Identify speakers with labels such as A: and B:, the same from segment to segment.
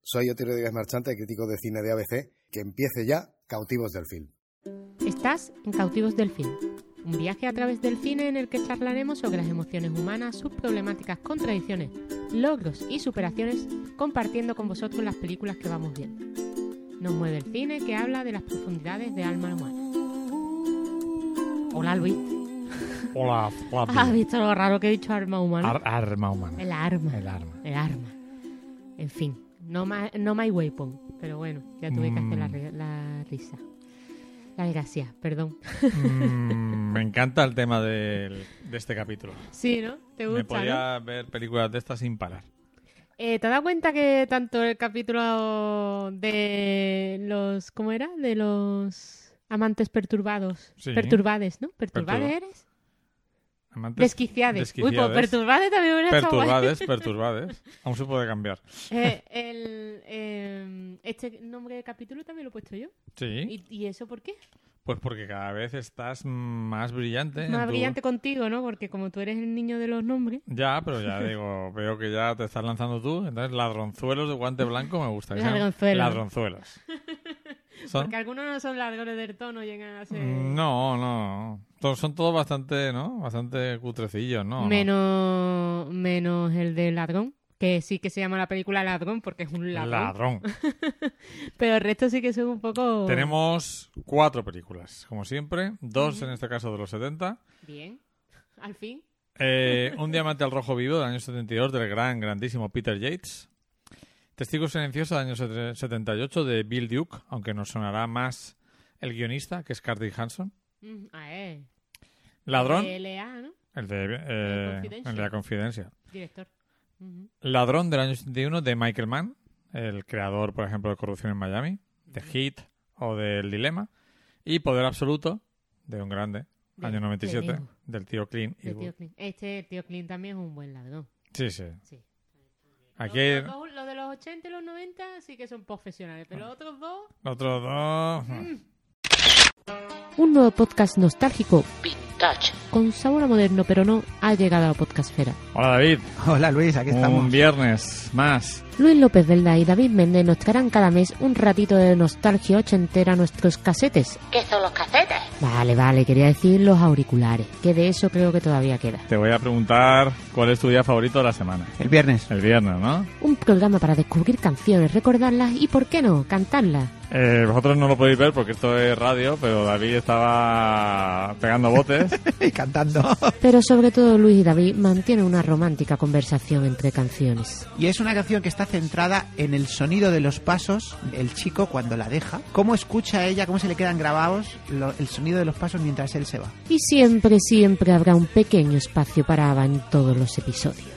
A: Soy Oti Rodríguez Marchante, crítico de cine de ABC, que empiece ya Cautivos del Film.
B: Estás en Cautivos del Film, un viaje a través del cine en el que charlaremos sobre las emociones humanas, sus problemáticas, contradicciones, logros y superaciones, compartiendo con vosotros las películas que vamos viendo. Nos mueve el cine que habla de las profundidades de alma humana. Hola Luis,
C: Hola, hola. tío.
B: ¿has visto lo raro que he dicho alma humana?
C: Ar- arma humana.
B: Ah, el arma.
C: El arma.
B: El arma. En fin, no, ma- no my weapon. Pero bueno, ya tuve que hacer la,
C: Mm.
B: re- la risa. La gracia, perdón.
C: Mm, me encanta el tema del- de este capítulo.
B: Sí, ¿no? ¿Te gusta?
C: Me
B: no?
C: podía ver películas de estas sin parar.
B: Eh, ¿Te has dado cuenta que tanto el capítulo de los... ¿Cómo era? De los amantes perturbados.
C: Sí.
B: Perturbades, ¿no? ¿Perturbades
C: Perturba-
B: eres?
C: Amantes-
B: Desquiciades. Uy, pues
C: desquiciades.
B: perturbades también hubiera estado guay.
C: Perturbades, perturbades. Aún se puede cambiar.
B: Eh, el, eh, este nombre de capítulo también lo he puesto yo.
C: Sí.
B: ¿Y, y eso por qué?
C: Pues porque cada vez estás más brillante. en
B: Más
C: tu-
B: brillante contigo, ¿no? Porque como tú eres el niño de los nombres.
C: Ya, pero ya digo, veo que ya te estás lanzando tú. Entonces, ladronzuelos de guante blanco me gusta. que sean
B: Ladronzuelos.
C: Ladronzuelos. Son-
B: Porque algunos no son largones del tono, llegan a ser.
C: No, no. To- Son todos bastante, ¿no? Bastante cutrecillos, ¿no?
B: Menos, menos el de ladrón. Que sí que se llama la película Ladrón porque es un ladrón.
C: Ladrón.
B: Pero el resto sí que son un poco.
C: Tenemos cuatro películas, como siempre. Dos, en este caso, de los 70.
B: Bien. Al fin.
C: Eh, un diamante al rojo vivo del año 72 del gran, grandísimo Peter Yates. Testigo silencioso del año 78 de Bill Duke, aunque nos sonará más el guionista, que es Cardiff Hanson.
B: Mm, Ah, eh.
C: Ladrón,
B: LA, ¿no?
C: el de, eh,
B: Confidential.
C: el de la confidencia.
B: Director. Mm-hmm. Ujú.
C: Ladrón del año 71 de Michael Mann, el creador, por ejemplo, de Corrupción en Miami, de Hit o del Dilema. Y Poder Absoluto, de un grande,
B: De-
C: año
B: de
C: 97,
B: Lego,
C: del tío Clint.
B: del
C: Eastwood.
B: tío Clint. Este el tío Clint también es un buen ladrón.
C: Sí, sí.
B: Sí.
C: Aquí
B: Los, los dos- los de los 80 y los 90 sí que son profesionales, pero los otros dos.
C: otros dos.
B: Mm. Un nuevo podcast nostálgico, vintage, con sabor a moderno pero no, ha llegado a la podcastfera.
C: Hola David,
D: Hola Luis, aquí
C: un
D: estamos.
C: viernes más.
B: Luis López Velda y David Méndez nos traerán cada mes un ratito de nostalgia ochentera a nuestros casetes.
E: ¿Qué son los casetes?
B: Vale, vale, quería decir los auriculares, que de eso creo que todavía queda.
C: Te voy a preguntar cuál es tu día favorito de la semana.
D: El viernes.
C: El viernes, ¿no?
B: Un programa para descubrir canciones, recordarlas y, ¿por qué no?, cantarlas.
C: Eh, vosotros no lo podéis ver porque esto es radio, pero David estaba pegando botes.
D: Y cantando.
B: Pero sobre todo Luis y David mantienen una romántica conversación entre canciones.
D: Y es una canción que está centrada en el sonido de los pasos el chico cuando la deja. Cómo escucha ella, cómo se le quedan grabados lo- el sonido de los pasos mientras él se va.
B: Y siempre, siempre habrá un pequeño espacio para Ava en todos los episodios.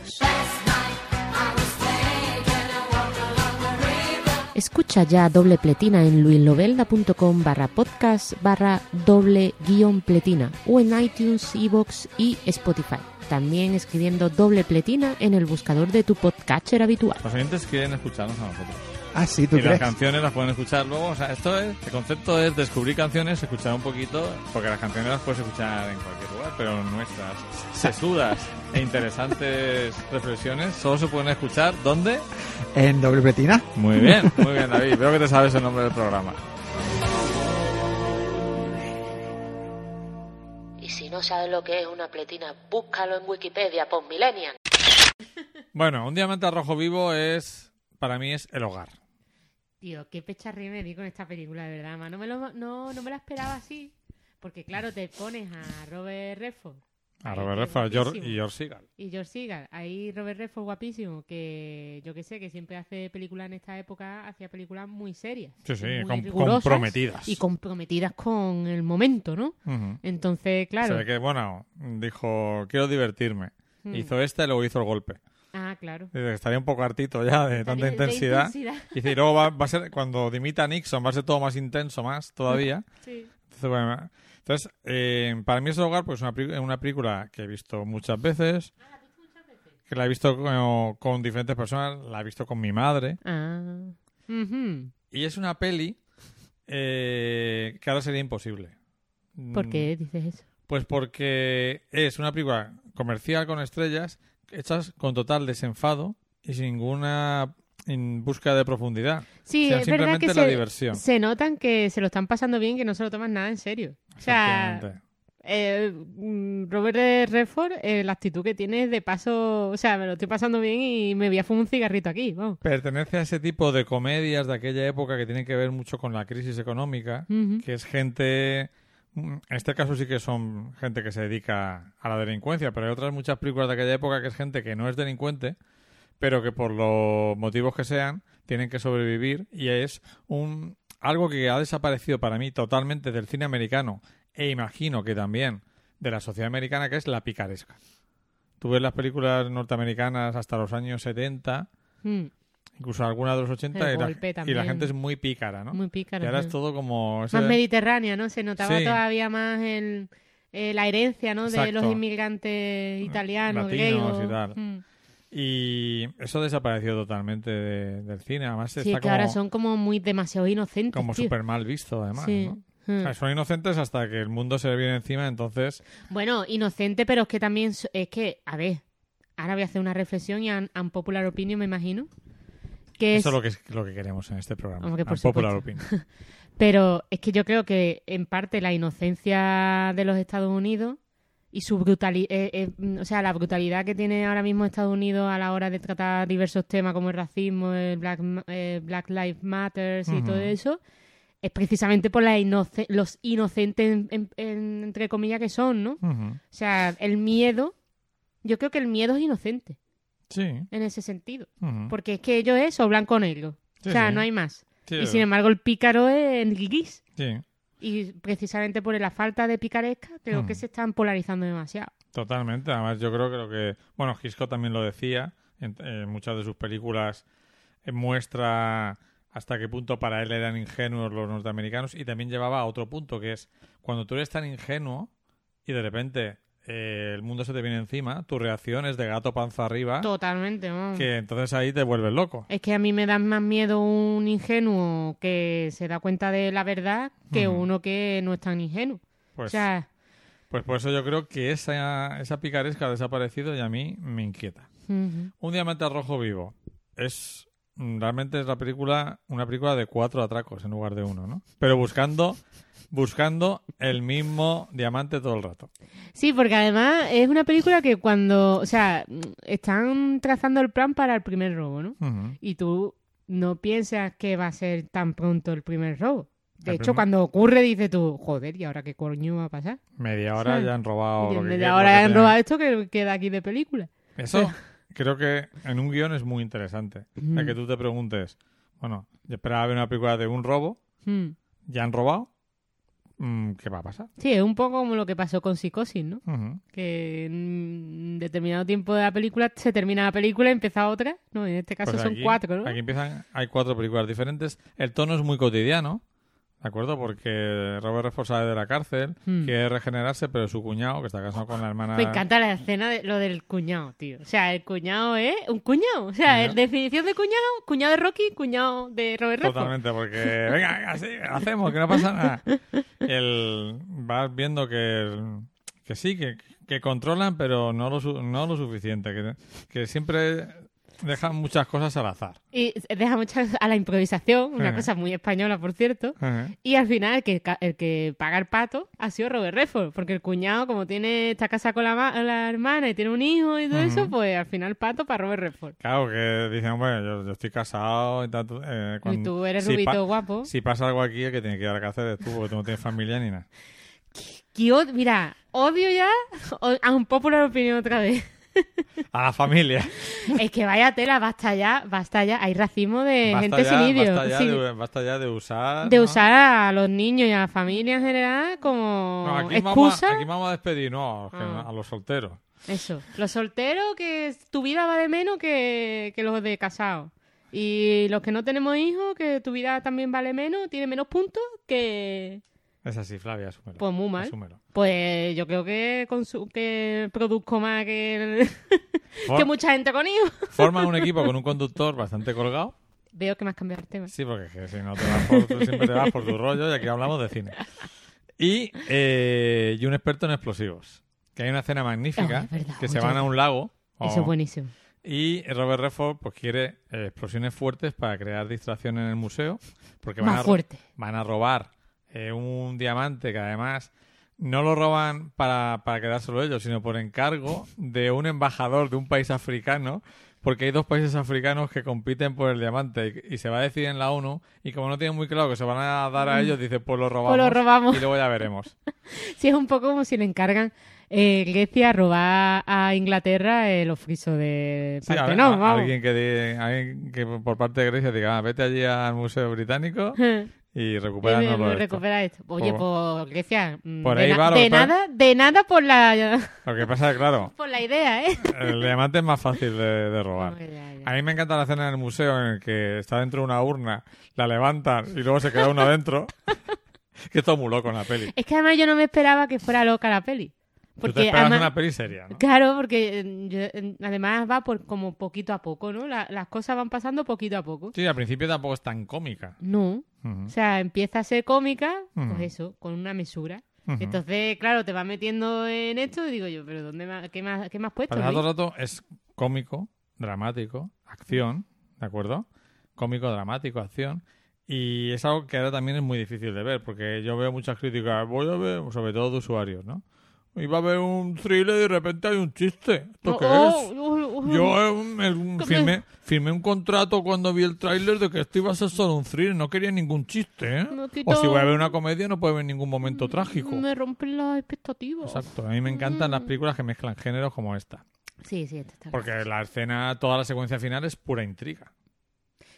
B: Escucha ya doble pletina en luislovelda.com barra podcast barra doble guión pletina o en iTunes, Evox y Spotify. También escribiendo doble pletina en el buscador de tu podcatcher habitual.
C: Los oyentes quieren escucharnos a nosotros.
D: Ah, sí,
C: Y las canciones las pueden escuchar luego. O sea, esto es, el concepto es descubrir canciones, escuchar un poquito, porque las canciones las puedes escuchar en cualquier lugar, pero nuestras sesudas e interesantes reflexiones solo se pueden escuchar ¿dónde?
D: En doble petina.
C: Muy bien, muy bien, David. Veo que te sabes el nombre del programa.
E: Y si no sabes lo que es una pletina, búscalo en Wikipedia por Millennial.
C: Bueno, un diamante rojo vivo es, para mí, es el hogar.
B: Tío, qué pecharrín me di con esta película, de verdad, ma. No me, lo, no, no me la esperaba así. Porque, claro, te pones a Robert Redford
C: A
B: Ay,
C: Robert
B: qué
C: Redford George-
B: guapísimo.
C: y George Segal.
B: y George Segal. Ahí Robert Redford, guapísimo, que yo que sé, que siempre hace películas en esta época, hacía películas muy serias.
C: Sí, sí,
B: muy
C: com-
B: rigurosas
C: comprometidas.
B: Y comprometidas con el momento, ¿no?
C: Ujú.
B: Entonces, claro.
C: Se ve que, bueno, dijo, quiero divertirme.
B: Mm.
C: Hizo esta y luego hizo el golpe.
B: Ah, claro.
C: Dice, estaría un poco hartito ya de tanta
B: De
C: intensidad.
B: intensidad,
C: Dice, y luego va, va a ser, cuando dimita a Nixon, va a ser todo más intenso, más todavía.
B: sí.
C: Entonces, bueno, entonces, eh, para mí es el hogar, pues es una, peli- una película que he visto muchas veces. Que la he visto con, con diferentes personas, la he visto con mi madre.
B: Ah. Ujú.
C: Y es una peli eh, que ahora sería imposible.
B: ¿Por
C: Mm,
B: qué dices eso?
C: Pues porque es una película comercial con estrellas, hechas con total desenfado y sin ninguna en busca de profundidad.
B: Sí,
C: sino
B: es verdad
C: simplemente
B: que
C: la
B: se,
C: diversión.
B: se notan que se lo están pasando bien, que no se lo toman nada en serio. O sea,
C: Efectivamente.
B: eh, mm, Robert de Redford, eh, la actitud que tiene es de paso, o sea, me lo estoy pasando bien y me voy a fumar un cigarrito aquí, vamos.
C: Pertenece a ese tipo de comedias de aquella época que tienen que ver mucho con la crisis económica,
B: Ujú.
C: que es gente... En este caso sí que son gente que se dedica a la delincuencia, pero hay otras muchas películas de aquella época que es gente que no es delincuente, pero que por los motivos que sean tienen que sobrevivir y es un algo que ha desaparecido para mí totalmente del cine americano e imagino que también de la sociedad americana que es la picaresca. Tú ves las películas norteamericanas hasta los años 70
B: Mm,
C: incluso alguna de los 80
B: El
C: y la,
B: golpe
C: y la
B: también.
C: gente es muy pícara, ¿no?
B: Muy
C: y
B: pícaro.
C: ahora es
B: ¿no?
C: todo como... ese-
B: Más mediterránea, ¿no? Se notaba
C: Sí.
B: todavía más el, eh, la herencia, ¿no? De
C: Exacto.
B: los inmigrantes italianos,
C: Latinos
B: griegos.
C: y tal.
B: Mm.
C: y eso desapareció totalmente de- del cine. Además
B: Sí, es
C: está
B: que
C: como,
B: ahora son como muy demasiado inocentes.
C: como
B: tío.
C: súper mal visto, además,
B: Sí.
C: ¿no?
B: Mm.
C: O sea, son inocentes hasta que el mundo se le viene encima, entonces...
B: Bueno, inocente, pero es que también so- es que, a ver, ahora voy a hacer una reflexión y un popular opinion, me imagino. Que es,
C: Eso es lo que, es- lo que queremos en este programa.
B: Hombre, por
C: al popular
B: supuesto.
C: opinion.
B: Pero es que yo creo que en parte la inocencia de los Estados Unidos y su brutalidad, mm, o sea, la brutalidad que tiene ahora mismo Estados Unidos a la hora de tratar diversos temas como el racismo, el Black, Ma- eh, Black Lives Matter y
C: Ujú.
B: todo eso, es precisamente por la inoce- los inocentes, en- en- en- entre comillas, que son, ¿no?
C: Ujú.
B: O sea, el miedo, yo creo que el miedo es inocente
C: Sí.
B: en ese sentido,
C: ujú.
B: porque es que ellos es o blanco o negro,
C: Sí,
B: o sea,
C: sí.
B: no hay más.
C: Sí,
B: Y sin em- embargo el pícaro es gris.
C: sí,
B: Y precisamente por la falta de picaresca, creo
C: Hmm.
B: que se están polarizando demasiado.
C: totalmente. Además, yo creo que lo que... Bueno, Hitchcock también lo decía. En, en muchas de sus películas eh, muestra hasta qué punto para él eran ingenuos los norteamericanos y también llevaba a otro punto, que es cuando tú eres tan ingenuo y de repente eh, el mundo se te viene encima, tu reacción es de gato panza arriba,
B: Totalmente, vamos.
C: Ah. que entonces ahí te vuelves loco.
B: Es que a mí me da más miedo un ingenuo que se da cuenta de la verdad que
C: Ujú.
B: uno que no es tan ingenuo.
C: Hmm. Pues,
B: o sea,
C: pues por eso yo creo que esa, esa picaresca ha desaparecido y a mí me inquieta.
B: ujú.
C: Un diamante rojo vivo. Es mm, realmente es la película, una película de cuatro atracos en lugar de uno, ¿no? Pero buscando, buscando el mismo diamante todo el rato.
B: sí, porque además es una película que cuando, o sea, están trazando el plan para el primer robo, ¿no?
C: Ujú.
B: Y tú no piensas que va a ser tan pronto el primer robo. De
C: El
B: hecho,
C: primer-
B: cuando ocurre dices tú, joder, ¿y ahora qué coño va a pasar?
C: Media hora
B: Sí.
C: ya han robado.
B: Y
C: lo
B: en
C: que
B: media
C: quie-
B: hora
C: lo que
B: han
C: tenían.
B: robado esto que queda aquí de película.
C: Eso creo que en un guión es muy interesante. La
B: Mm.
C: que tú te preguntes, bueno, yo esperaba ver una película de un robo,
B: Mm.
C: ya han robado, mm, ¿qué va a pasar?
B: Sí, es un poco como lo que pasó con Psicosis, ¿no?
C: Ujú.
B: Que en determinado tiempo de la película se termina la película y empieza otra. No, en este caso
C: Pues
B: son
C: aquí-
B: cuatro, ¿no?
C: Aquí empiezan, hay cuatro películas diferentes. El tono es muy cotidiano, ¿de acuerdo? Porque Robert Redford sale de la cárcel,
B: Hmm.
C: quiere regenerarse, pero su cuñado, que está casado con la hermana...
B: Me encanta la escena de lo del cuñado, tío. O sea, el cuñado es un cuñado. O sea,
C: Ya.
B: el definición de cuñado, cuñado de Rocky, cuñado de Robert Redford.
C: Totalmente, porque venga, venga, sí, lo hacemos, que no pasa nada. El, vas viendo que, que sí, que, que controlan, pero no lo, su- no lo suficiente, que, que siempre dejan muchas cosas al azar.
B: Y deja muchas a la improvisación, una
C: Sí.
B: cosa muy española, por cierto.
C: Ujú.
B: Y al final, el que, ca- el que paga el pato ha sido Robert Redford, porque el cuñado, como tiene esta casa con la, ma- la hermana y tiene un hijo y todo
C: Ujú.
B: eso, pues al final pato para Robert Redford.
C: Claro, que dicen, bueno, yo, yo estoy casado y tanto... eh,
B: y
C: cuando-
B: tú eres
C: si
B: rubito
C: pa-
B: guapo.
C: Si pasa algo aquí, el que tiene que ir a la cárcel es tú, porque tú no tienes familia ni nada.
B: Que od- mira, odio ya o- a un popular opinión otra vez.
C: A la familia.
B: es que vaya tela, basta ya, basta ya. Hay racismo de
C: Basta
B: Eh, gente
C: ya-
B: sin idios.
C: Basta ya,
B: sin-
C: de, basta ya de usar.
B: de
C: ¿no?
B: usar a los niños y a la familia en general como
C: No, aquí Vamos
B: excusa.
C: a, aquí vamos a despedir, no, que
B: Ah.
C: no, a los solteros.
B: Eso. Los solteros que es- tu vida va de menos que, que los de casados. Y los que no tenemos hijos, que tu vida también vale menos, tiene menos puntos que...
C: Es así, Flavia, asúmelo.
B: Pues muy mal.
C: Asúmelo.
B: Pues yo creo que, consu- que produzco más que,
C: For-
B: que mucha gente con hijos.
C: Forman un equipo con un conductor bastante colgado.
B: Veo que me has cambiado el tema.
C: Sí, porque es que si no te vas por, tú siempre te vas por tu rollo y aquí hablamos de cine. Y, eh, y un experto en explosivos. Que hay una escena magnífica
B: Oh, es verdad,
C: que se
B: muchas
C: van a un lago. o-
B: Eso es buenísimo.
C: Y Robert Redford pues, quiere eh, explosiones fuertes para crear distracción en el museo. Porque van
B: Más
C: a ro-
B: fuerte.
C: van a robar eh, un diamante que además no lo roban para, para quedárselo ellos, sino por encargo de un embajador de un país africano, porque hay dos países africanos que compiten por el diamante y, y se va a decidir en la ONU y como no tienen muy claro que se van a dar a ellos, dice pues lo robamos,
B: Mm. Pues lo robamos.
C: y luego ya veremos.
B: Sí, es un poco como si le encargan eh, Grecia robar a Inglaterra eh, los frisos de
C: Sí, a-
B: Partenón,
C: a-
B: vamos.
C: alguien, que di- alguien que por parte de Grecia diga, "Ah, vete allí al Museo Británico y
B: Debe-
C: recupéranoslo. esto".
B: recupera esto. Oye,
C: Por-
B: por Grecia, mm,
C: por
B: de,
C: ahí
B: na-
C: va lo
B: de
C: que pasa.
B: nada, de nada por la,
C: Lo que pasa es, claro,
B: por la idea, ¿eh?
C: el diamante es más fácil de- de robar.
B: No, ya, ya.
C: A mí me encanta la escena en el museo en el que está dentro de una urna, la levantan y luego se queda uno dentro. que esto es muy loco en la peli.
B: Es que además yo no me esperaba que fuera loca la peli.
C: Tú te
B: Porque
C: esperas
B: además,
C: una peli seria, ¿no?
B: Claro, porque eh, yo- eh, además va por como poquito a poco, ¿no? La- las cosas van pasando poquito a poco.
C: Sí, al principio tampoco es tan cómica.
B: No,
C: Ujú,
B: o sea, empieza a ser cómica,
C: Ujú.
B: pues eso, con una mesura.
C: ujú.
B: Entonces, claro, te vas metiendo en esto y digo yo, pero ¿dónde más, qué, más, ¿qué más has puesto?
C: Para dejar
B: Luis?
C: todo el rato es cómico, dramático, acción, ¿de acuerdo? Cómico, dramático, acción. Y es algo que ahora también es muy difícil de ver, porque yo veo muchas críticas, voy a ver, sobre todo de usuarios, ¿no? Y va a haber un thriller y de repente hay un chiste. ¿Esto
B: Oh,
C: qué es?
B: oh, oh, oh,
C: Yo eh, un- el- un-
B: ¿Cómo?
C: firmé, firmé un contrato cuando vi el tráiler de que esto iba a ser solo un thriller, no quería ningún chiste, ¿eh?
B: No, Tito.
C: O si voy a ver una comedia no puede haber ningún momento trágico.
B: Mm, Me rompen las expectativas.
C: Exacto, a mí me encantan las películas que mezclan géneros como esta,
B: Sí, sí, esto está
C: porque
B: gracioso.
C: la escena, toda la secuencia final es pura intriga.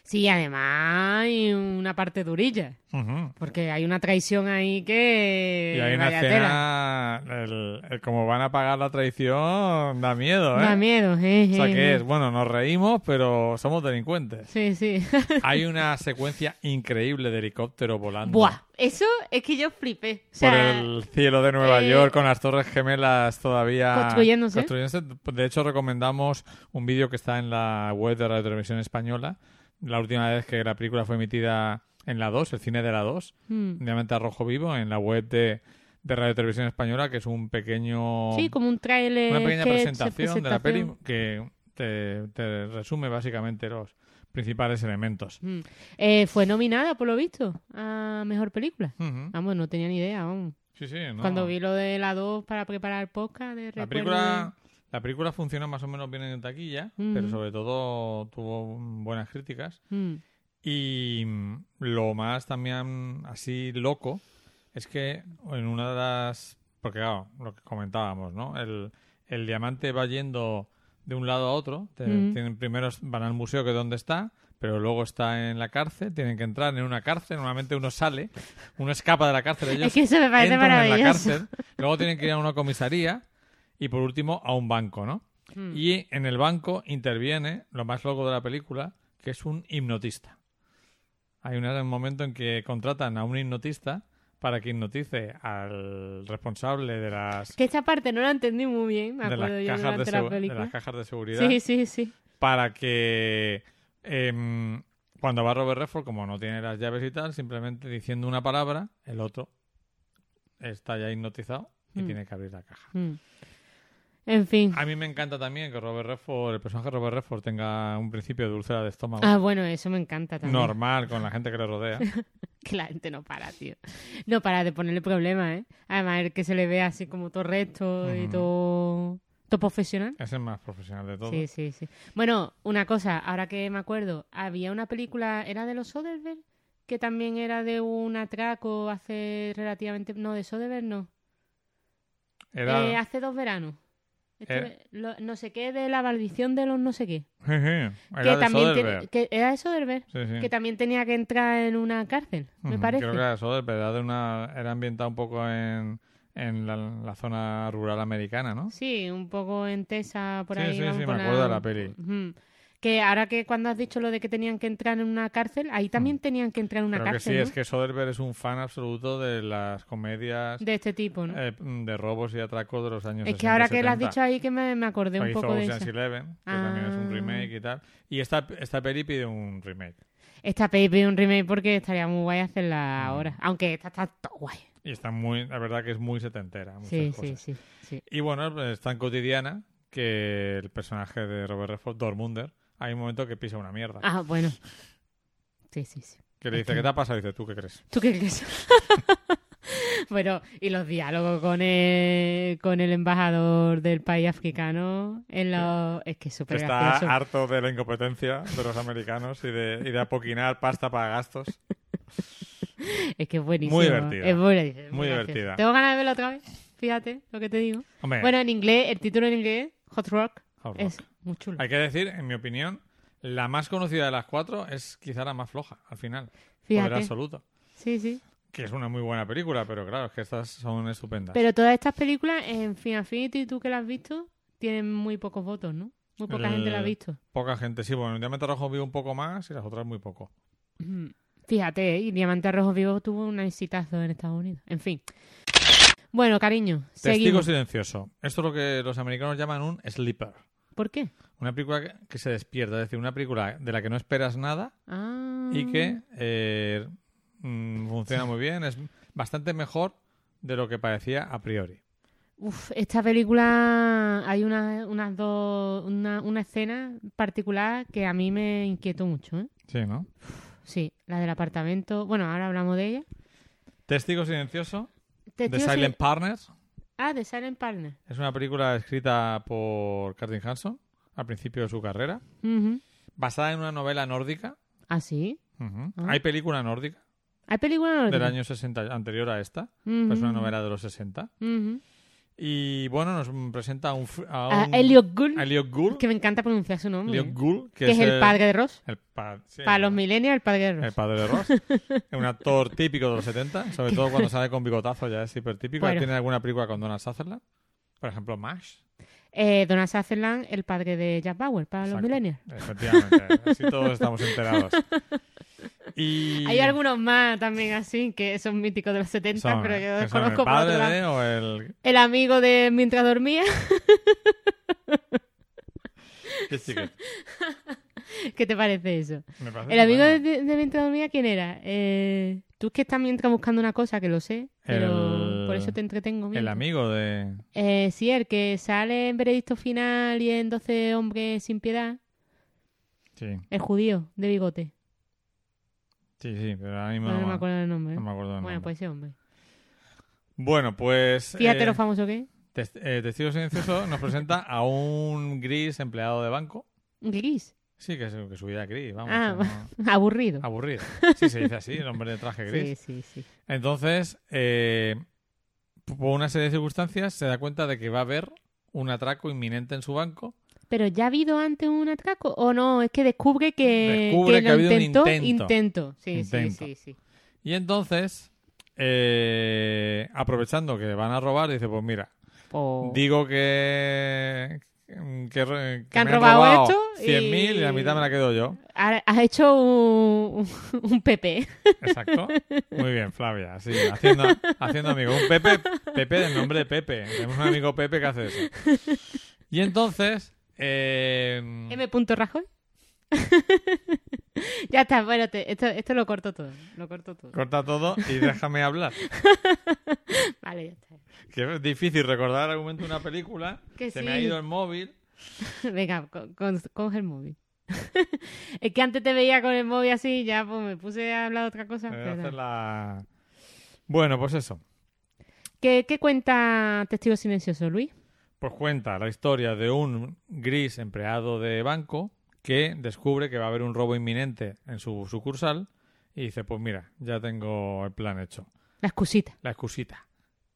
B: Sí, además hay una parte durilla,
C: Ujú.
B: porque hay una traición ahí
C: Y
B: que...
C: hay una
B: vaya tela.
C: escena, el, el cómo van a pagar la traición, da miedo, ¿eh?
B: Da miedo, eh.
C: O sea
B: eh,
C: que
B: eh.
C: es, bueno, nos reímos, pero somos delincuentes.
B: Sí, sí.
C: Hay una secuencia increíble de helicóptero volando.
B: Buah, eso es que yo flipé. O
C: por
B: sea,
C: el cielo de Nueva
B: eh,
C: York con las torres gemelas todavía
B: Construyéndose.
C: construyéndose. De hecho, recomendamos un vídeo que está en la web de Radio Televisión Española. La última vez que la película fue emitida en la 2, el cine de la 2,
B: mm,
C: Diamante a Rojo Vivo, en la web de, de Radio Televisión Española, que es un pequeño
B: sí, como un trailer...
C: una pequeña
B: sketch,
C: presentación, de la peli
B: presentación.
C: que te, te resume básicamente los principales elementos.
B: Mm. Eh, fue nominada, por lo visto, a Mejor Película.
C: Ujú.
B: Vamos, no tenía ni idea, vamos.
C: Sí, sí, no.
B: Ah. Cuando vi lo de la 2 para preparar el podcast de
C: La
B: recuerdo
C: película, la película funciona más o menos bien en taquilla,
B: Ujú.
C: pero sobre todo tuvo mm, buenas críticas.
B: de- Mm,
C: Y mm, lo más también así loco es que en una de las... Porque claro, lo que comentábamos, ¿no? El, el diamante va yendo de un lado a otro. Te-
B: Ujú.
C: tienen, primero van al museo que es donde está, pero luego está en la cárcel. Tienen que entrar en una cárcel. Normalmente uno sale, uno escapa de la cárcel. Ellos
B: Es que eso me parece
C: entran en la
B: maravilloso.
C: cárcel, luego tienen que ir a una comisaría y por último a un banco, ¿no?
B: Mm.
C: Y en el banco interviene lo más loco de la película, que es un hipnotista. Hay un un momento en que contratan a un hipnotista para que hipnotice al responsable de las,
B: Que esta parte no la entendí muy bien, me
C: de las
B: acuerdo yo
C: cajas, de,
B: durante la
C: segu- de las
B: película.
C: cajas de seguridad
B: Sí, sí, sí.
C: para que em, cuando va Robert Redford, como no tiene las llaves y tal, simplemente diciendo una palabra, el otro está ya hipnotizado y
B: Mm.
C: tiene que abrir la caja.
B: Mm. En fin.
C: A mí me encanta también que Robert Redford, el personaje de Robert Redford tenga un principio de úlcera de estómago
B: Ah, bueno, eso me encanta también.
C: normal con la gente que le rodea.
B: Que la gente no para, tío. No para de ponerle problemas, ¿eh? Además, el que se le ve así como todo recto y
C: Mm.
B: todo... Todo profesional.
C: es el más profesional de todos.
B: Sí, sí, sí. Bueno, una cosa, ahora que me acuerdo, había una película, ¿era de los Soderbergh? Que también era de un atraco hace relativamente... No, de Soderbergh no.
C: Era...
B: Eh, hace dos veranos. Estuve-
C: Eh.
B: lo- no sé qué de la maldición de los no sé qué.
C: Sí, sí, era
B: que
C: de
B: también tiene-
C: Soderbergh.
B: que era de Soderbergh.
C: Sí, sí.
B: Que también tenía que entrar en una cárcel, me
C: Ujú,
B: parece.
C: Creo que era de Soderbergh, era, de una... era ambientado un poco en, en la, la zona rural americana, ¿no?
B: Sí, un poco en Tesa, por
C: Sí,
B: ahí.
C: sí,
B: vamos,
C: sí,
B: por
C: me acuerdo de la peli.
B: Ujú. Que ahora que cuando has dicho lo de que tenían que entrar en una cárcel, ahí también tenían que entrar en una
C: Mm. Creo
B: cárcel.
C: que sí,
B: ¿no?
C: es que Soderbergh es un fan absoluto de las comedias
B: De este tipo, ¿no?
C: eh, de robos y atracos de los años
B: es que ahora que lo has
C: 60,
B: dicho ahí que me, me
C: 70.
B: acordé un
C: Hizo
B: poco de
C: Ocean's
B: eso.
C: Eleven, que también es un
B: Ah.
C: remake y tal. Y esta, esta peli pide un remake.
B: Esta peli pide un remake porque estaría muy guay hacerla ahora.
C: Mm.
B: Aunque esta está todo guay.
C: Y está muy, la verdad que es muy setentera. muchas
B: Sí, sí,
C: cosas.
B: sí, sí.
C: Y bueno, es tan cotidiana que el personaje de Robert Redford, Dortmunder, hay un momento que pisa una mierda.
B: Ah, bueno. Sí, sí, sí.
C: Que le dice, ¿qué te ha pasado? Y dice, ¿tú qué crees?
B: ¿Tú qué crees? bueno, y los diálogos con el, con el embajador del país africano en los- es que es
C: Que
B: súper
C: está
B: gracioso.
C: harto de la incompetencia de los americanos y de, y de apoquinar pasta para gastos.
B: Es que es buenísimo.
C: Muy divertida.
B: Es muy, es
C: Muy
B: gracioso.
C: divertida.
B: Tengo ganas de verlo otra vez. Fíjate lo que te digo.
C: Hombre,
B: Bueno, en inglés, el título en inglés, Hot Rock,
C: Hot Rock.
B: es muy chulo.
C: hay que decir, en mi opinión, la más conocida de las cuatro es quizá la más floja al final. Poder
B: Fíjate.
C: absoluto.
B: Sí, sí.
C: Que es una muy buena película, pero claro, es que estas son estupendas.
B: Pero todas estas películas, en Final Fantasy, tú que las has visto, tienen muy pocos votos, ¿no? Muy poca
C: El-
B: gente la ha visto.
C: Poca gente, sí, bueno, en Diamante Rojo vi un poco más y las otras muy poco.
B: Mm, Fíjate, ¿eh? y Diamante Rojo Vivo tuvo un exitazo en Estados Unidos. En fin. Bueno, cariño,
C: Testigo
B: seguimos.
C: silencioso. Esto es lo que los americanos llaman un sleeper.
B: ¿Por qué?
C: Una película que- que se despierta, es decir, una película de la que no esperas nada
B: Ah.
C: y que eh, mm, funciona muy bien. Es bastante mejor de lo que parecía a priori.
B: Uf, esta película hay una, unas dos, una, una escena particular que a mí me inquietó mucho. ¿eh?
C: Sí, ¿no?
B: Sí, la del apartamento. Bueno, ahora hablamos de ella.
C: Testigo silencioso,
B: Te-
C: The
B: tío, sí-
C: Silent Partners.
B: Ah, de Silent Partner.
C: Es una película escrita por Katrin Hanson al principio de su carrera,
B: Ujú.
C: basada en una novela nórdica.
B: Ah, sí.
C: Ujú.
B: Ah.
C: Hay película nórdica
B: Hay películas no
C: del año 60, anterior a esta, pero
B: Mm.
C: es una novela de los 60. Y bueno, nos presenta a un, fr- a Ah, un-
B: Ah, Elliot Gould,
C: a Elliot Gould,
B: que me encanta pronunciar su nombre.
C: Elliot
B: ¿eh?
C: Gould, que,
B: que es el padre de Ross.
C: el pa- sí,
B: Para los
C: el-
B: millennials, el padre de
C: el
B: Ross.
C: padre de Ross, Es un actor típico de los 70, sobre todo cuando sale con bigotazo, ya es hiper típico.
B: Bueno.
C: Tiene alguna película con Donald Sutherland, por ejemplo, Mash.
B: Eh, Donald Sutherland, el padre de Jack Bauer, para los
C: Exacto.
B: millennials.
C: Efectivamente, así todos estamos enterados. Y
B: Hay algunos más también así, que son míticos de los 70,
C: son-
B: pero yo
C: son
B: desconozco por
C: el
B: otro
C: padre
B: lado.
C: de o el
B: El amigo de Mientras Dormía,
C: ¿Qué sí que-
B: ¿qué te parece eso?
C: me parece
B: El amigo de,
C: estupendo.
B: de Mientras Dormía, ¿quién era? Eh, tú es que estás mientras buscando una cosa, que lo sé, pero
C: El-
B: por eso te entretengo.
C: el
B: mientras.
C: amigo de
B: Eh, sí, el que sale en Veredicto Final y en 12 Hombres Sin Piedad,
C: sí,
B: el judío de bigote.
C: sí, sí, pero ahora mismo
B: No, no
C: no,
B: me
C: me-
B: acuerdo el nombre. ¿eh?
C: no me acuerdo del
B: Bueno,
C: nombre.
B: pues ese hombre.
C: Bueno, pues
B: Fíjate
C: eh,
B: lo famoso que es.
C: Test- eh, Testigo Silencioso nos presenta a un gris empleado de banco.
B: Gris.
C: Sí, que, su- que su vida es gris, vamos.
B: Ah,
C: que no-
B: Aburrido.
C: Aburrido. Sí, se dice así, el hombre de traje gris.
B: Sí, sí, sí.
C: Entonces, eh, por una serie de circunstancias, se da cuenta de que va a haber un atraco inminente en su banco.
B: Pero ya ha habido antes un atraco o no, es que descubre que,
C: Descubre que
B: lo
C: ha habido un
B: intentó,
C: intento.
B: Sí,
C: Intento.
B: sí, sí, sí.
C: Y entonces, eh, aprovechando que van a robar, dice, pues mira,
B: Po-
C: digo que... Que, que me
B: han robado esto y-
C: 100.000 y la mitad me la quedo yo.
B: Ha- Has hecho un, un PP.
C: Exacto. Muy bien, Flavia. Sí, haciendo, haciendo amigo. Un Pepe, Pepe del nombre de Pepe. Tenemos un amigo Pepe que hace eso. Y entonces. eh,
B: M. Rajoy. ya está, bueno, te- esto, esto lo corto todo. Lo corto todo.
C: corta todo y déjame hablar.
B: Vale, ya está.
C: Que es difícil recordar el argumento de una película.
B: Que
C: Se
B: sí.
C: me ha ido el móvil.
B: Venga, con, con- coge el móvil. es que antes te veía con el móvil así, ya pues me puse a hablar de otra cosa.
C: Eh,
B: pero nada.
C: hacer la- Bueno, pues eso.
B: ¿Qué, ¿Qué cuenta Testigo Silencioso, Luis?
C: Pues cuenta la historia de un gris empleado de banco que descubre que va a haber un robo inminente en su sucursal y dice, pues mira, ya tengo el plan hecho.
B: La excusita.
C: la excusita.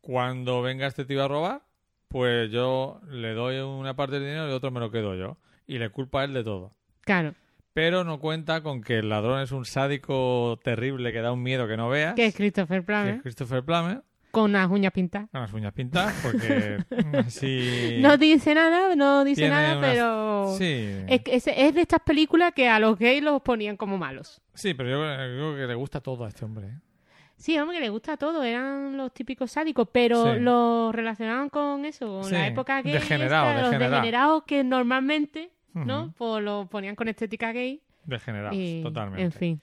C: Cuando venga este tío a robar, pues yo le doy una parte del dinero y otro me lo quedo yo. Y le culpa a él de todo.
B: Claro,
C: Pero no cuenta con que el ladrón es un sádico terrible que da un miedo que no veas.
B: que es Christopher
C: que
B: Plummer
C: es Christopher Plummer,
B: con las uñas pintadas.
C: con las uñas pintadas, porque así...
B: No dice nada, no dice
C: tiene
B: nada,
C: unas-
B: pero...
C: Sí.
B: Es, que ese- es de estas películas que a los gays los ponían como malos.
C: sí, pero yo creo que le gusta todo a este hombre. ¿eh?
B: Sí, hombre, que le gusta todo, eran los típicos sádicos, pero
C: Sí.
B: lo relacionaban con eso, con la
C: Sí,
B: época gay,
C: degenerado,
B: esta, los
C: degenerado.
B: degenerados que normalmente, ¿no?
C: Ujú.
B: Pues lo ponían con estética gay.
C: Degenerados,
B: y-
C: totalmente.
B: En fin.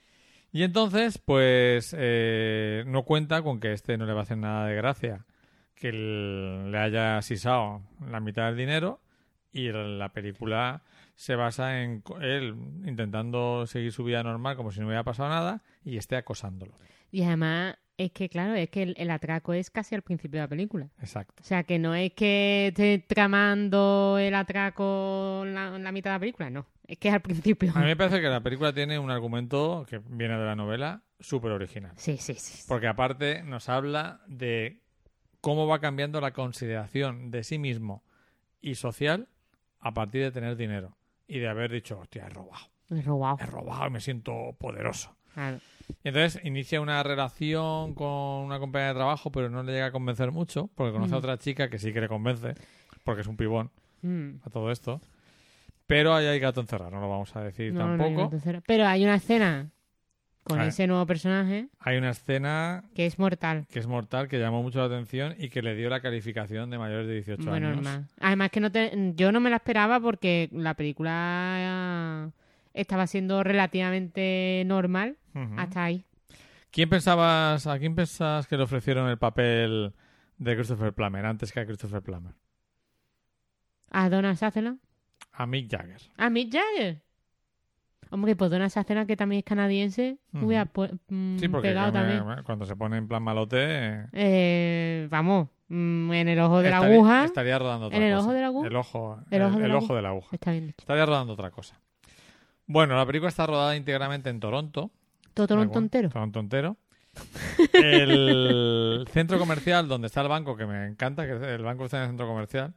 C: Y entonces, pues, eh, no cuenta con que este no le va a hacer nada de gracia que el- le haya sisado la mitad del dinero Y la película se basa en co- él intentando seguir su vida normal como si no hubiera pasado nada y esté acosándolo.
B: Y además, es que claro, es que el, el atraco es casi al principio de la película.
C: Exacto.
B: O sea, que no es que esté tramando el atraco en la, en la mitad de la película, no. Es que es al principio.
C: A mí me parece que la película tiene un argumento que viene de la novela súper original.
B: Sí, sí, sí.
C: Porque aparte nos habla de cómo va cambiando la consideración de sí mismo y social a partir de tener dinero y de haber dicho, hostia, he robado,
B: Me he robado.
C: he robado y me siento poderoso.
B: Claro.
C: Y entonces inicia una relación con una compañera de trabajo, pero no le llega a convencer mucho porque conoce a
B: Mm.
C: otra chica que sí que le convence, porque es un pibón
B: Mm.
C: a todo esto. Pero ahí hay gato encerrado, no lo vamos a decir
B: No, no, yo
C: tampoco.
B: no te cero. Pero hay una escena con
C: A ver.
B: ese nuevo personaje
C: Hay una escena
B: que es mortal.
C: que es mortal, que llamó mucho la atención y que le dio la calificación de mayores de 18
B: Bueno,
C: años.
B: normal. Además que no te- yo no me la esperaba porque la película eh, estaba siendo relativamente normal
C: Ujú.
B: hasta ahí.
C: ¿Quién pensabas, ¿A quién pensabas que le ofrecieron el papel de Christopher Plummer antes que a Christopher Plummer?
B: A Donna Sutherland.
C: A Mick Jagger.
B: A Mick Jagger. Hombre, pues Donna Sutherland, que también es canadiense,
C: Ujú.
B: hubiera pu- mm,
C: Sí, porque
B: pegado
C: cuando-
B: también.
C: cuando se pone en plan malote, eh,
B: Eh, vamos, mm, en el ojo de la
C: estaría,
B: aguja.
C: estaría rodando otra
B: ¿En el
C: cosa.
B: ojo de la aguja?
C: El ojo,
B: ¿El
C: el-
B: ojo de
C: el
B: la
C: ojo de la aguja.
B: Está bien dicho.
C: Estaría rodando otra cosa. Bueno, la película está rodada íntegramente en Toronto.
B: Todo
C: Da
B: un
C: igual,
B: tontero.
C: Toronto entero. El centro comercial donde está el banco, que me encanta, que el banco está en el centro comercial,